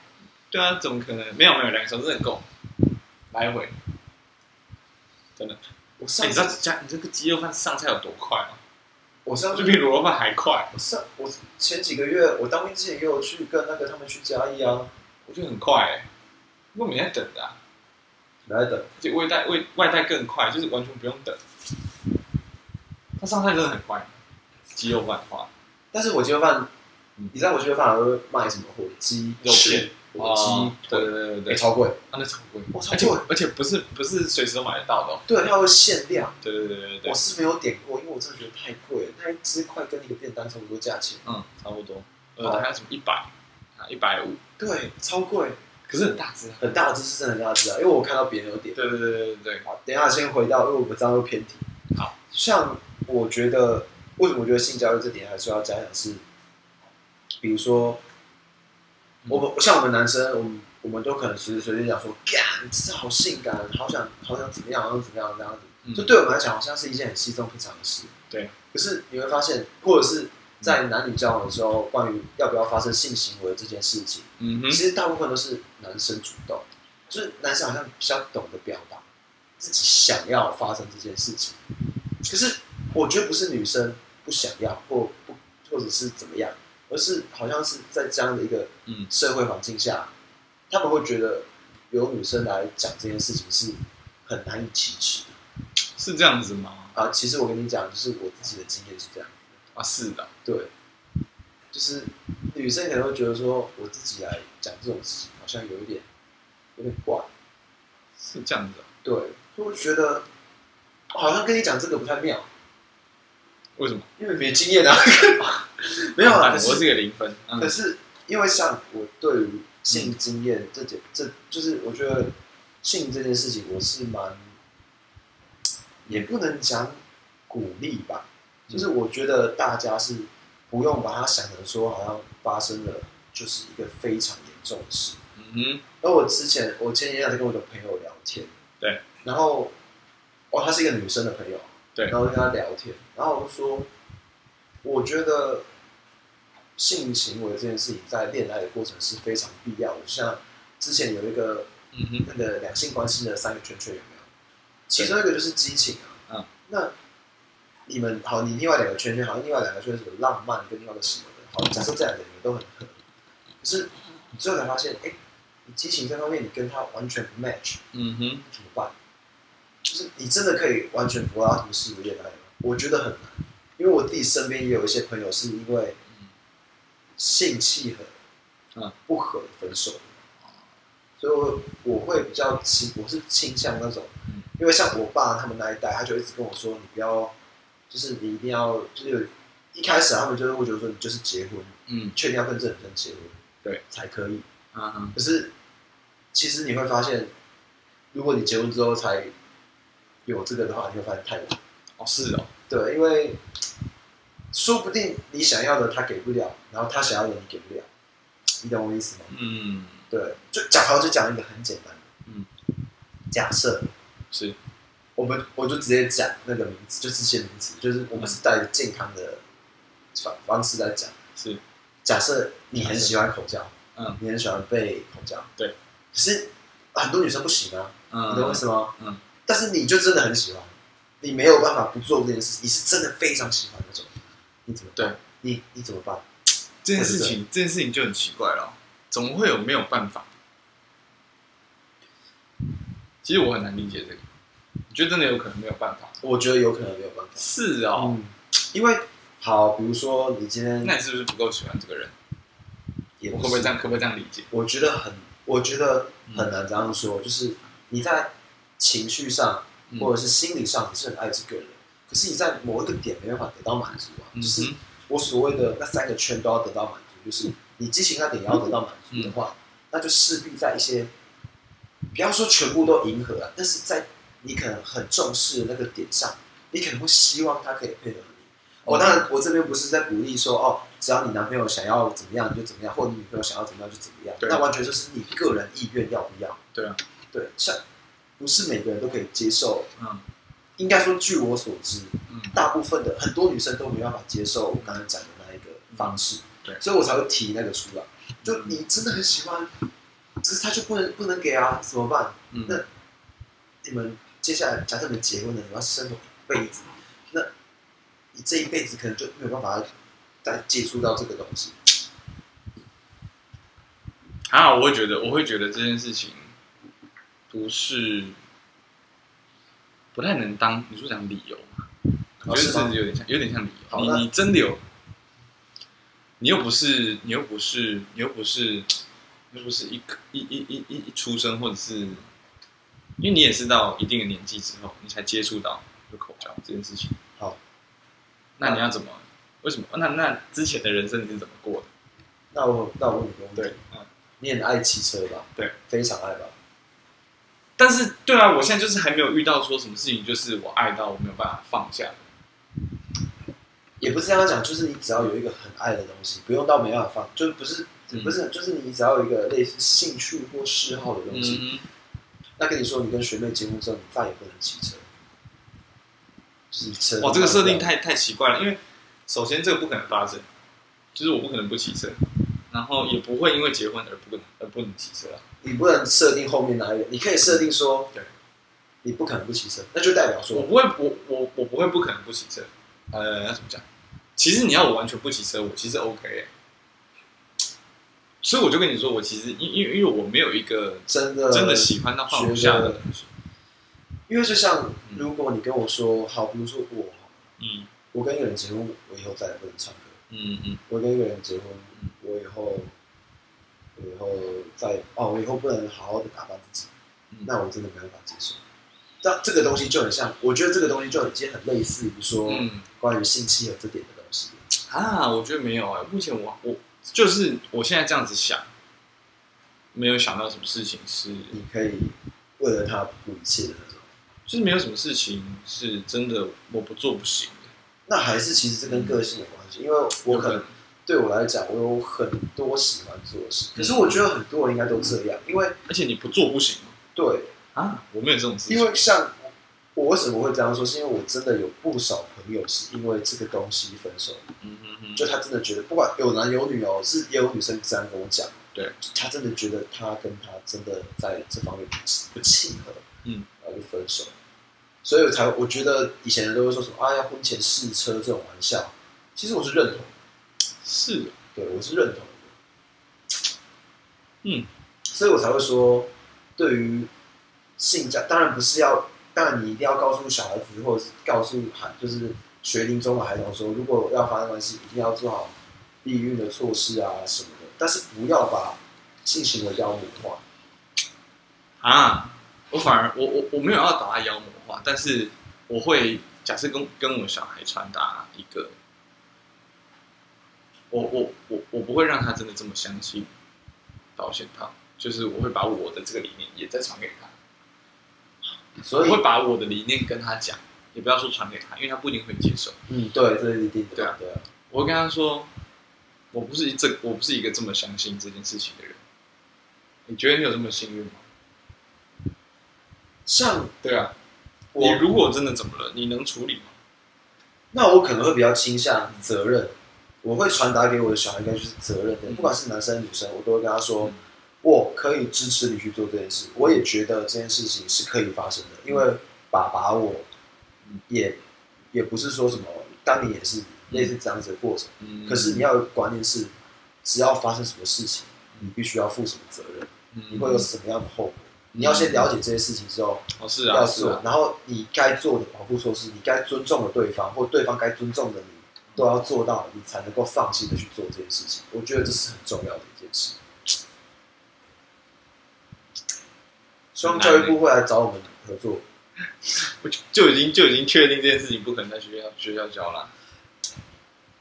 Speaker 1: 对啊，怎么可能？没有没有，两个小时真的够，来回。
Speaker 2: 我
Speaker 1: 哎
Speaker 2: 上
Speaker 1: 你知道加你这个鸡肉饭上菜有多快吗？
Speaker 2: 我上
Speaker 1: 就比卤肉饭还快，
Speaker 2: 我上我前几个月我当兵之前也有去跟那个他们去嘉义啊，
Speaker 1: 我觉得很快哎、我每天等的、啊，
Speaker 2: 来等
Speaker 1: 而且外带外外带更快，就是完全不用等。它上菜真的很快，鸡肉饭的话，
Speaker 2: 但是火鸡肉饭
Speaker 1: 嗯，
Speaker 2: 你知道火鸡肉饭还会卖什么火鸡
Speaker 1: 肉片
Speaker 2: 翅、火
Speaker 1: 哦
Speaker 2: 鸡
Speaker 1: 对
Speaker 2: 腿，
Speaker 1: 对对对
Speaker 2: 哎，
Speaker 1: 对，
Speaker 2: 超贵。
Speaker 1: 啊那超贵
Speaker 2: 哇，超
Speaker 1: 而且
Speaker 2: 贵
Speaker 1: 而且不是不是随时都买得到的、哦，
Speaker 2: 对，它会限量。
Speaker 1: 对对对对对
Speaker 2: 我，是没有点过，因为我真的觉得太贵了，那一只快跟那个便当差不多价钱。
Speaker 1: 嗯，差不多，呃，大概什么一百啊一百五，
Speaker 2: 对，超贵，
Speaker 1: 可是很大只啊，
Speaker 2: 很大的只是真的很大只啊，因为我看到别人有点。
Speaker 1: 对对对对对对，
Speaker 2: 好，等一下先回到，因为我们这样又偏题。
Speaker 1: 好，
Speaker 2: 像我觉得为什么我觉得性教育这点还是要加强是，比如说
Speaker 1: 嗯
Speaker 2: 我们像我们男生，我们我们都可能随时随地讲说，干，这好性感，好想好想怎么样，好想怎么样这样子。
Speaker 1: 嗯
Speaker 2: 就对我们来讲，好像是一件很稀松平常的事。
Speaker 1: 对。嗯
Speaker 2: 可是你会发现，或者是在男女交往的时候，关于要不要发生性行为这件事情，
Speaker 1: 嗯哼，
Speaker 2: 其实大部分都是男生主动，就是男生好像比较懂得表达自己想要发生这件事情。可是我觉得不是女生不想要或不或者是怎么样，而是好像是在这样的一个
Speaker 1: 嗯
Speaker 2: 社会环境下，他们会觉得由女生来讲这件事情是很难以启齿的
Speaker 1: 是这样子吗？
Speaker 2: 啊。其实我跟你讲，就是我自己的经验是这样。
Speaker 1: 啊，是的，
Speaker 2: 对，就是女生可能会觉得说，我自己来讲这种事情好像有一点有点怪，
Speaker 1: 是这样子啊，
Speaker 2: 对，就会觉得好像跟你讲这个不太妙，
Speaker 1: 为什么？
Speaker 2: 因为没经验啊， [laughs] 没有
Speaker 1: 啊，
Speaker 2: 啊，
Speaker 1: 我
Speaker 2: 可
Speaker 1: 是
Speaker 2: 是
Speaker 1: 个零分，嗯
Speaker 2: 可是因为像我对于性经验这点，这就是我觉得性这件事情，我是蛮也不能讲鼓励吧，就是我觉得大家是不用把它想成说好像发生了就是一个非常严重的事。
Speaker 1: 嗯
Speaker 2: 而我之前我前几天还在跟我的朋友聊天，
Speaker 1: 对，
Speaker 2: 然后哦，她是一个女生的朋友，
Speaker 1: 对
Speaker 2: 然后跟她聊天，然后我就说，我觉得性行为这件事情在恋爱的过程是非常必要的，就像之前有一个
Speaker 1: 哼，嗯哼，
Speaker 2: 那个两性关系的三个圈圈有没有？其中一个就是激情啊，
Speaker 1: 嗯，
Speaker 2: 那你们好，你另外两个圈圈，好像另外两个圈圈什么浪漫跟另外一个什么的，好，假设这两个你们都很合，可是你最后才发现，哎、你激情这方面你跟他完全不 match，
Speaker 1: 嗯哼，
Speaker 2: 怎么办？就是你真的可以完全不要同事的恋爱吗？我觉得很难，因为我自己身边也有一些朋友是因为
Speaker 1: 嗯
Speaker 2: 性契合，
Speaker 1: 嗯，哦
Speaker 2: 不合分手的，所以我我会比较倾，我是倾向那种
Speaker 1: 嗯，
Speaker 2: 因为像我爸他们那一代，他就一直跟我说，你不要，就是你一定要，就是有一开始他们就是会觉得说，你就是结婚，
Speaker 1: 嗯
Speaker 2: 确定要跟这个女生结婚，
Speaker 1: 对，
Speaker 2: 才可以。
Speaker 1: 啊哈，
Speaker 2: 可是其实你会发现，如果你结婚之后才有这个的话，你会发现太晚。
Speaker 1: 哦是哦，
Speaker 2: 对，因为说不定你想要的他给不了，然后他想要的你给不了，你懂我意思吗？
Speaker 1: 嗯
Speaker 2: 对，就讲好就讲一个很简单的，
Speaker 1: 嗯，
Speaker 2: 假设
Speaker 1: 是，
Speaker 2: 我们我就直接讲那个名词，就这些名词，就是我们是带着健康的方方式来讲。
Speaker 1: 是，
Speaker 2: 假设你很喜欢口交，
Speaker 1: 嗯，
Speaker 2: 你很喜欢被口交，
Speaker 1: 对，
Speaker 2: 可是很多女生不行啊，你懂我
Speaker 1: 嗯
Speaker 2: 意思吗？
Speaker 1: 嗯，
Speaker 2: 但是你就真的很喜欢，你没有办法不做这件事，你是真的非常喜欢那种，你怎么办
Speaker 1: 对？
Speaker 2: 你你怎么办？
Speaker 1: 这件事情，这件事情就很奇怪了哦，怎么会有没有办法？其实我很难理解这个，你觉得真的有可能没有办法？
Speaker 2: 我觉得有可能没有办法，
Speaker 1: 是哦，
Speaker 2: 嗯，因为好，比如说你今天
Speaker 1: 嗯那你是不是不够喜欢这个人？
Speaker 2: 也
Speaker 1: 我
Speaker 2: 不
Speaker 1: 会不会
Speaker 2: 是
Speaker 1: 这样？可不可以这样理解？
Speaker 2: 我觉得很，我觉得很
Speaker 1: 嗯
Speaker 2: 难这样说，就是你在情绪上
Speaker 1: 嗯
Speaker 2: 或者是心理上，你是很爱这个人，可是你在某一个点没办法得到满足啊，
Speaker 1: 嗯
Speaker 2: 就是
Speaker 1: 哼
Speaker 2: 我所谓的那三个圈都要得到满足，就是你激情那点也要得到满足的
Speaker 1: 嗯
Speaker 2: 话，那就势必在一些，不要说全部都迎合啊，但是在你可能很重视的那个点上，你可能会希望他可以配合你。
Speaker 1: 嗯
Speaker 2: 我、当然，我这边不是在鼓励说哦，只要你男朋友想要怎么样你就怎么样，或者你女朋友想要怎么样就怎么样，
Speaker 1: 对
Speaker 2: 那完全就是你个人意愿要不要。
Speaker 1: 对啊，
Speaker 2: 对，像不是每个人都可以接受
Speaker 1: 嗯
Speaker 2: 应该说，据我所知，
Speaker 1: 嗯，
Speaker 2: 大部分的很多女生都没办法接受我刚才讲的那一个方式，
Speaker 1: 嗯对嗯
Speaker 2: 所以我才会提那个出来。就你真的很喜欢，可是他就不能不能给啊，怎么办？
Speaker 1: 嗯
Speaker 2: 那你们接下来假设你们结婚了，你们要生活一辈子，那你这一辈子可能就没有办法再接触到这个东西。
Speaker 1: 还好，啊我会觉得，我会觉得这件事情不是不太能当你说讲理由嘛，我
Speaker 2: 哦
Speaker 1: 觉得
Speaker 2: 是吗
Speaker 1: 这有点像，有点像理由。
Speaker 2: 好
Speaker 1: 你
Speaker 2: 那
Speaker 1: 你真的有，你又不是，你又不是，你又不是，你又不是一个一一一一一出生，或者是因为你也是到一定的年纪之后，你才接触到有口交这件事情。
Speaker 2: 好，
Speaker 1: 那你要怎么？为什么？那那之前的人生你是怎么过的？
Speaker 2: 那我那我问你个问题，
Speaker 1: 对，嗯。
Speaker 2: 你很爱骑车吧？
Speaker 1: 对，
Speaker 2: 非常爱吧？
Speaker 1: 但是，对啊，我现在就是还没有遇到说什么事情，就是我爱到我没有办法放下。
Speaker 2: 也不是这样讲，就是你只要有一个很爱的东西，不用到没办法放，就是不是
Speaker 1: 嗯
Speaker 2: 不是，就是你只要有一个类似兴趣或嗜好的东西。
Speaker 1: 嗯，
Speaker 2: 那跟你说，你跟学妹结婚之后，你再也不能骑车，就是你车。
Speaker 1: 哇，哦这个设定……太太奇怪了，因为首先这个不可能发生，就是我不可能不骑车，然后也不会因为结婚而不可能而不能骑车啊。
Speaker 2: 你不能设定后面哪一个，你可以设定说，
Speaker 1: 对，嗯
Speaker 2: 你不可能不骑车，那就代表
Speaker 1: 我
Speaker 2: 说，
Speaker 1: 不会，我我我不会不可能不骑车。呃，要怎么讲？其实你要我完全不骑车，我其实 OK 欸、所以我就跟你说，我其实因因为因为我没有一个
Speaker 2: 真的
Speaker 1: 真的喜欢到放不下的东西。
Speaker 2: 因为就像
Speaker 1: 嗯
Speaker 2: 如果你跟我说，好，比如说我，
Speaker 1: 嗯
Speaker 2: 我跟一个人结婚，我以后再也不能唱歌；
Speaker 1: 嗯嗯
Speaker 2: 我跟一个人结婚
Speaker 1: 嗯，
Speaker 2: 我以后，我以后再哦，我以后不能好好的打扮自己。
Speaker 1: 嗯，
Speaker 2: 那我真的没办法接受。但这个东西就很像，我觉得这个东西就已经很类似于说
Speaker 1: 嗯。
Speaker 2: 关于性契合这点的东西。
Speaker 1: 啊，我觉得没有哎、目前我我就是我现在这样子想，没有想到什么事情是，
Speaker 2: 你可以为了他不顾一切的那种。
Speaker 1: 就是没有什么事情是真的我不做不行的。
Speaker 2: 那还是其实这跟个性有关系，因为我可能对我来讲，我有很多喜欢做的事，可是我觉得很多人应该都这样，因为
Speaker 1: 而且你不做不行吗
Speaker 2: 对，
Speaker 1: 啊，我没有这种事情。
Speaker 2: 因为像我为什么会这样说，是因为我真的有不少朋友是因为这个东西分手的
Speaker 1: 嗯嗯嗯，
Speaker 2: 就他真的觉得，不管有男有女哦，是也有女生这样跟我讲，
Speaker 1: 对，
Speaker 2: 他真的觉得他跟他真的在这方面不不契合，
Speaker 1: 嗯，
Speaker 2: 然后就分手。所以我才我觉得以前人都会说什么啊要婚前试车这种玩笑，其实我是认同的，
Speaker 1: 是
Speaker 2: 对我是认同的，
Speaker 1: 嗯，
Speaker 2: 所以我才会说，对于性教，当然不是要，当然你一定要告诉小孩子，或者是告诉孩，就是学龄中的孩童说，如果要发生关系，一定要做好避孕的措施啊什么的，但是不要把性行为妖魔化。
Speaker 1: 啊，我反而我我我没有要把它妖魔化，但是我会假设跟跟我小孩传达一个，我我我我不会让他真的这么相信保险套，就是我会把我的这个理念也再传给他，
Speaker 2: 所以
Speaker 1: 我，会把我的理念跟他讲，也不要说传给他，因为他不一定会接受。
Speaker 2: 嗯，对，这是一定的，
Speaker 1: 对啊
Speaker 2: 对啊，
Speaker 1: 我会跟他说，我不是这我不是一个这么相信这件事情的人。你觉得你有这么幸运吗？
Speaker 2: 像
Speaker 1: 对啊，
Speaker 2: 我
Speaker 1: 你如果真的怎么了，你能处理吗？
Speaker 2: 那我可能会比较倾向责任，我会传达给我的小孩应该就是责任的，
Speaker 1: 嗯
Speaker 2: 不管是男生女生，我都会跟他说
Speaker 1: 嗯，
Speaker 2: 我可以支持你去做这件事，我也觉得这件事情是可以发生的，因为爸爸我
Speaker 1: 嗯
Speaker 2: 也也不是说什么，当年也是类似这样子的过程，
Speaker 1: 嗯
Speaker 2: 可是你要有观念是，只要发生什么事情，
Speaker 1: 嗯
Speaker 2: 你必须要负什么责任，
Speaker 1: 你
Speaker 2: 你会有什么样的后果，
Speaker 1: 嗯
Speaker 2: 你要先了解这些事情之后，
Speaker 1: 哦，是啊，
Speaker 2: 要
Speaker 1: 是
Speaker 2: 做
Speaker 1: 啊，，
Speaker 2: 然后你该做的保护措施，你该尊重的对方，或对方该尊重的你，都要做到，你才能够放心的去做这件事情。我觉得这是很重要的一件事。
Speaker 1: 嗯
Speaker 2: 希望教育部会来找我们合作。
Speaker 1: 我就就已经就已经确定这件事情不可能在学校学校教啦。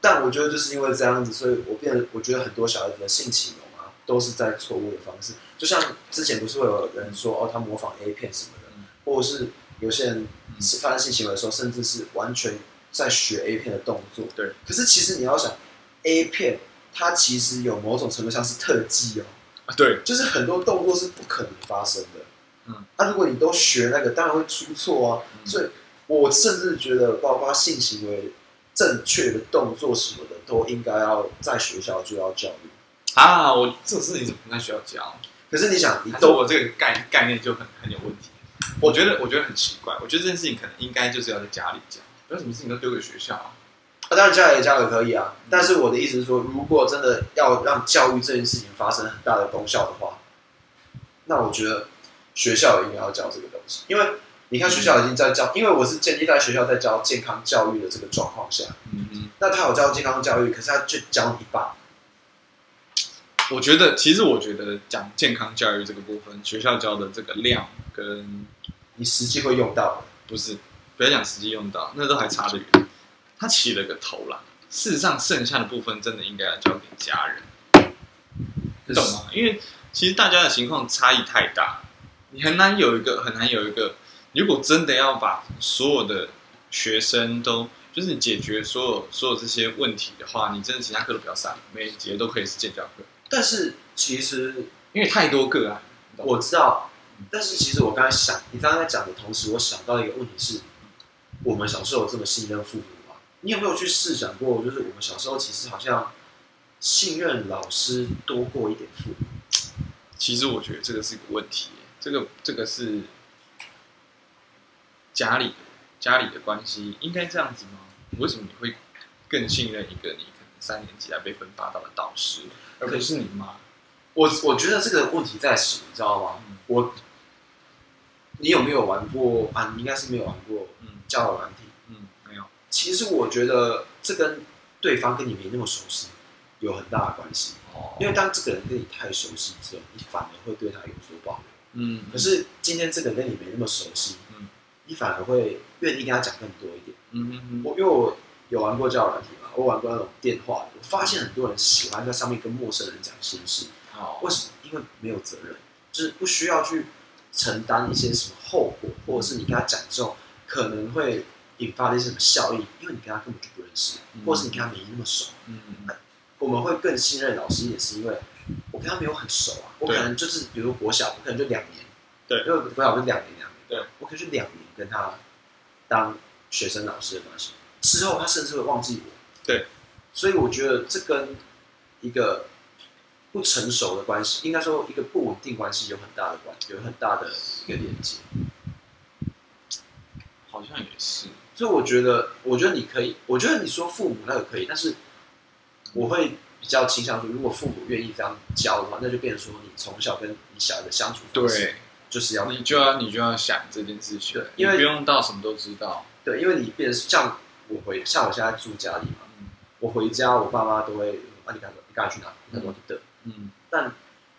Speaker 2: 但我觉得就是因为这样子，所以我变得我觉得很多小孩子的性启蒙啊，都是在错误的方式。就像之前不是会有人说哦，他模仿 A 片什么的
Speaker 1: 嗯，
Speaker 2: 或者是有些人
Speaker 1: 嗯
Speaker 2: 是发生性行为的时候，甚至是完全在学 A 片的动作。
Speaker 1: 对。
Speaker 2: 可是其实你要想，A 片它其实有某种程度上是特技哦，
Speaker 1: 啊，对，
Speaker 2: 就是很多动作是不可能发生的。
Speaker 1: 嗯，
Speaker 2: 那、如果你都学那个，当然会出错啊。
Speaker 1: 嗯
Speaker 2: 所以我甚至觉得，包括性行为正确的动作什么的，都应该要在学校就要教育。
Speaker 1: 啊，我这种事情怎么在学校教？
Speaker 2: 可是你想，你
Speaker 1: 还是
Speaker 2: 都
Speaker 1: 我这个概概念就很很有问题。我觉得我觉得很奇怪，我觉得这件事情可能应该就是要在家里讲，不要什么事情都丢给学校啊。
Speaker 2: 啊，当然家里教也可以啊，
Speaker 1: 嗯
Speaker 2: 但是我的意思是说，如果真的要让教育这件事情发生很大的功效的话，那我觉得学校也应该要教这个东西，因为你看学校已经在教，因为我是建立在学校在教健康教育的这个状况下，
Speaker 1: 嗯哼。
Speaker 2: 那他有教健康教育，可是他就教你爸，
Speaker 1: 我觉得，其实我觉得讲健康教育这个部分，学校教的这个量跟
Speaker 2: 你实际会用到的，
Speaker 1: 不是，不要讲实际用到，那都还差得远。他起了个头啦，事实上剩下的部分真的应该要交给家人，你懂吗？因为其实大家的情况差异太大，你很难有一个很难有一个。如果真的要把所有的学生都就是你解决所有所有这些问题的话，你真的其他课都不要上，每一节都可以是建教课，
Speaker 2: 但是其实
Speaker 1: 因为太多个啊。你懂吗
Speaker 2: 我知道，但是其实我刚才想，你刚刚在讲的同时，我想到一个问题是，我们小时候有这么信任父母吗？你有没有去试想过，就是我们小时候其实好像信任老师多过一点父母？
Speaker 1: 其实我觉得这个是一个问题，这个这个是家里家里的关系应该这样子吗？为什么你会更信任一个你可能三年级才被分发到的导师，而不是你妈？
Speaker 2: 我我觉得这个问题在什么，你知道吗？
Speaker 1: 嗯
Speaker 2: 我，你有没有玩过啊？你应该是没有玩过
Speaker 1: 嗯
Speaker 2: 交友软体。
Speaker 1: 嗯，没有，
Speaker 2: 其实我觉得这跟对方跟你没那么熟悉有很大的关系，
Speaker 1: 哦
Speaker 2: 因为当这个人跟你太熟悉之后，你反而会对他有所保留。
Speaker 1: 嗯，
Speaker 2: 可是今天这个跟你没那么熟悉，
Speaker 1: 嗯
Speaker 2: 你反而会愿意跟他讲更多一点。
Speaker 1: 嗯嗯嗯
Speaker 2: 我因为我有玩过交友软体嘛，我玩过那种电话的，我发现很多人喜欢在上面跟陌生人讲心事，
Speaker 1: 好，
Speaker 2: 为什么？因为没有责任，就是不需要去承担一些什么后果，或者是你跟他讲之后可能会引发的一些什么效应，因为你跟他根本就不认识，
Speaker 1: 嗯
Speaker 2: 或者是你跟他没那么熟。
Speaker 1: 嗯嗯嗯
Speaker 2: 我们会更信任老师，也是因为我跟他没有很熟啊，我可
Speaker 1: 对
Speaker 2: 能就是比如国小，我可能就两年，
Speaker 1: 对
Speaker 2: 因为国小不是两年两年，
Speaker 1: 对，
Speaker 2: 我可能就两年跟他当学生老师的关系，之后他甚至会忘记我，
Speaker 1: 对，
Speaker 2: 所以我觉得这跟一个不成熟的关系，应该说一个不稳定关系有很大的关，有很大的一个连接，
Speaker 1: 好像也是，
Speaker 2: 所以我觉得，我觉得你可以，我觉得你说父母那个可以，但是我会比较倾向说，如果父母愿意这样教的话，那就变成说你从小跟你小孩的相处方式
Speaker 1: 对，
Speaker 2: 就是要
Speaker 1: 你就要你就要想这件事情
Speaker 2: 对，
Speaker 1: 你
Speaker 2: 因为
Speaker 1: 不用到什么都知道，
Speaker 2: 对，因为你变成像我回像我现在住家里嘛，
Speaker 1: 嗯
Speaker 2: 我回家我爸妈都会啊你干嘛你干嘛去哪？你干嘛去的？
Speaker 1: 嗯，
Speaker 2: 但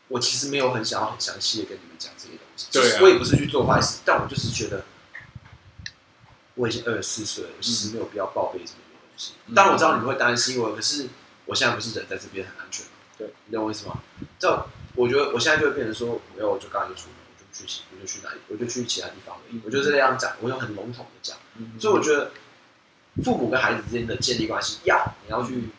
Speaker 2: 我其实没有很想要很详细的跟你们讲这些东西，
Speaker 1: 对啊
Speaker 2: 就是我也不是去做坏事，但我就是觉得我已经二十四岁了，我其实没有必要报备这么多东西。
Speaker 1: 嗯
Speaker 2: 当然我知道你们会担心我，可是我现在不是人在这边很安全嘛，
Speaker 1: 对，
Speaker 2: 你懂我意思吗？这样我觉得我现在就会变成说，我要我就刚才就出门，我就去我就去哪里，我就去其他地方而已，
Speaker 1: 嗯
Speaker 2: 我就这样讲，我就很笼统的讲。
Speaker 1: 嗯
Speaker 2: 所以我觉得父母跟孩子之间的建立关系要，你要去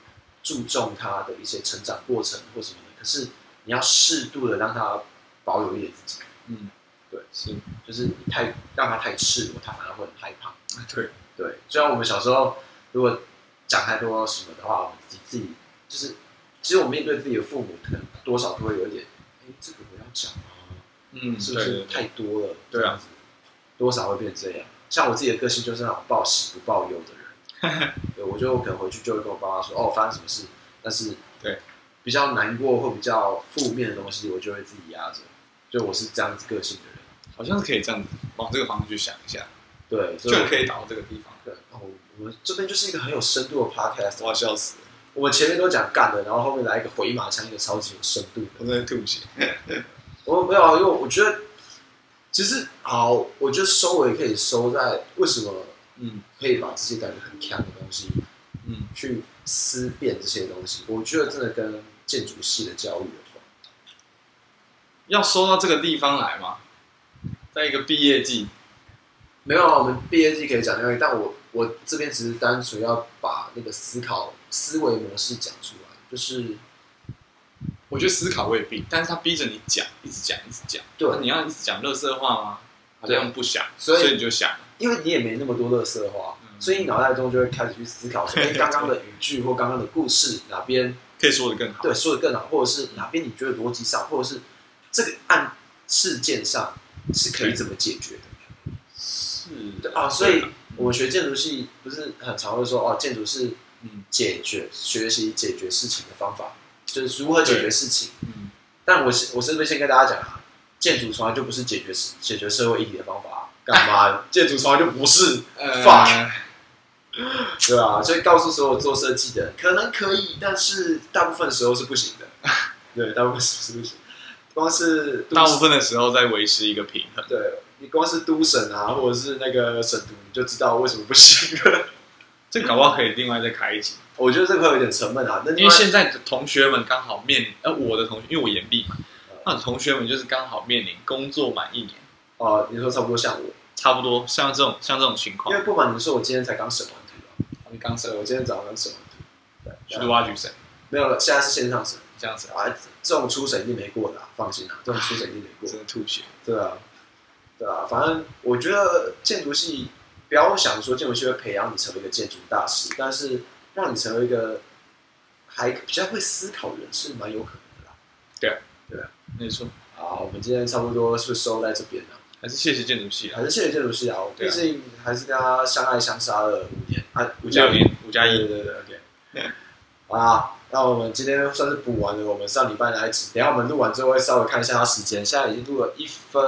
Speaker 2: 注重他的一些成长过程或什么的，可是你要适度的让他保有一点自己，
Speaker 1: 嗯，对，是，
Speaker 2: 就是你太让他太赤裸，他反而会很害怕。
Speaker 1: 对，
Speaker 2: 对，虽然我们小时候如果讲太多什么的话，我们自己自己就是，其实我们面对自己的父母，可能多少都会有一点，哎，这个我要讲吗？
Speaker 1: 嗯，
Speaker 2: 是不
Speaker 1: 对
Speaker 2: 是
Speaker 1: 对对
Speaker 2: 太多了？
Speaker 1: 对啊
Speaker 2: 这样子，多少会变这样。像我自己的个性就是那种报喜不报忧的人，
Speaker 1: [laughs]
Speaker 2: 对，我就可能回去就会跟我爸妈说，哦，发生什么事，但是
Speaker 1: 对
Speaker 2: 比较难过或比较负面的东西，我就会自己压着，就我是这样子个性的人，
Speaker 1: 好像是可以这样子往这个方向去想一下，
Speaker 2: 对，所以
Speaker 1: 就
Speaker 2: 我
Speaker 1: 可以打到这个地方。
Speaker 2: 对，哦，我们这边就是一个很有深度的 podcast，
Speaker 1: 我要笑死了，
Speaker 2: 我们前面都讲干的，然后后面来一个回马枪，一个超级有深度的。
Speaker 1: 我真的吐血。
Speaker 2: 我没有，因为我觉得其实好，我觉得收尾可以收在为什么。
Speaker 1: 嗯
Speaker 2: 可以把这些感觉很强的东西
Speaker 1: 嗯，
Speaker 2: 去思辨这些东西，我觉得真的跟建筑系的教育有关。
Speaker 1: 要收到这个地方来吗？在一个毕业季，
Speaker 2: 没有啊，我们毕业季可以讲另外一个，但我我这边只是单纯要把那个思考思维模式讲出来，就是
Speaker 1: 我觉得思考未必，但是他逼着你讲，一直讲，一直讲。
Speaker 2: 对
Speaker 1: 那你要一直讲乐色话吗？好
Speaker 2: 对
Speaker 1: 像不想，
Speaker 2: 所以
Speaker 1: 你就想了。
Speaker 2: 因为你也没那么多乐色话，
Speaker 1: 嗯
Speaker 2: 所以你脑袋中就会开始去思考说，哎，刚刚的语句或刚刚的故事哪边
Speaker 1: 可以说的更好。
Speaker 2: [laughs] 对说的更好，或者是哪边你觉得逻辑上，或者是这个案事件上是可以怎么解决的。
Speaker 1: 是
Speaker 2: 对啊，所以我
Speaker 1: 嗯
Speaker 2: 们学建筑系不是很常会说哦，建筑是
Speaker 1: 嗯
Speaker 2: 解决学习解决事情的方法，就是如何解决事情。
Speaker 1: 嗯
Speaker 2: 但我是我是不是先跟大家讲啊？建筑从来就不是解决事解决社会议题的方法啊、干
Speaker 1: [laughs]
Speaker 2: 嘛的？建筑从来就不是，
Speaker 1: 呃
Speaker 2: Fuck 对啊，所以告诉所有做设计的人，可能可以，但是大部分时候是不
Speaker 1: [laughs]
Speaker 2: 行的。对，大部分时候是不行。光是都
Speaker 1: 大部分的时候在维持一个平衡。
Speaker 2: 对你光是都审啊，或者是那个审图，你就知道为什么不行了。
Speaker 1: 这搞不好可以另外再开一集，
Speaker 2: 我觉得这个会有点沉闷啊。那
Speaker 1: 因为现在的同学们刚好面临，呃，我的同学，因为我研毕嘛，
Speaker 2: 嗯
Speaker 1: 那我的同学们就是刚好面临工作满一年，
Speaker 2: 哦、你说差不多像我，
Speaker 1: 差不多像这种像这种情况
Speaker 2: 因为，不瞒你说，我今天才刚审完图啊。
Speaker 1: 你刚
Speaker 2: 对，我今天早上刚审完图。
Speaker 1: 去
Speaker 2: 对，
Speaker 1: 挖掘神
Speaker 2: 没有了，现在是线上审
Speaker 1: 这样子，
Speaker 2: 啊，这种初审一定没过的啊、放心啊，这种初审一定没过。
Speaker 1: 真的吐血。
Speaker 2: 对啊，对啊，反正我觉得建筑系不要想说建筑系会培养你成为一个建筑大师，但是让你成为一个还比较会思考的人是蛮有可能的啦。
Speaker 1: 没错，
Speaker 2: 啊，我们今天差不多是收在这边了，
Speaker 1: 还是谢谢建筑系啊，
Speaker 2: 还是谢谢建筑系啊，我
Speaker 1: 对
Speaker 2: 毕
Speaker 1: 啊
Speaker 2: 竟还是跟他相爱相杀了五年啊，五加
Speaker 1: 六
Speaker 2: 一
Speaker 1: 年五加
Speaker 2: 对
Speaker 1: 一，
Speaker 2: 对对，OK。
Speaker 1: [laughs]
Speaker 2: 好啦，那我们今天算是补完了我们上礼拜那一集。等一下我们录完之后会稍微看一下它时间，现在已经录了一分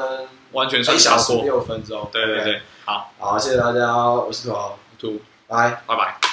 Speaker 1: 完全
Speaker 2: 一
Speaker 1: 算
Speaker 2: 哎小
Speaker 1: 超
Speaker 2: 时
Speaker 1: 过。
Speaker 2: 六分钟。
Speaker 1: 对对
Speaker 2: OK
Speaker 1: 对，好，
Speaker 2: 好，谢谢大家，我是土豪，
Speaker 1: 图，
Speaker 2: 拜。
Speaker 1: 拜拜。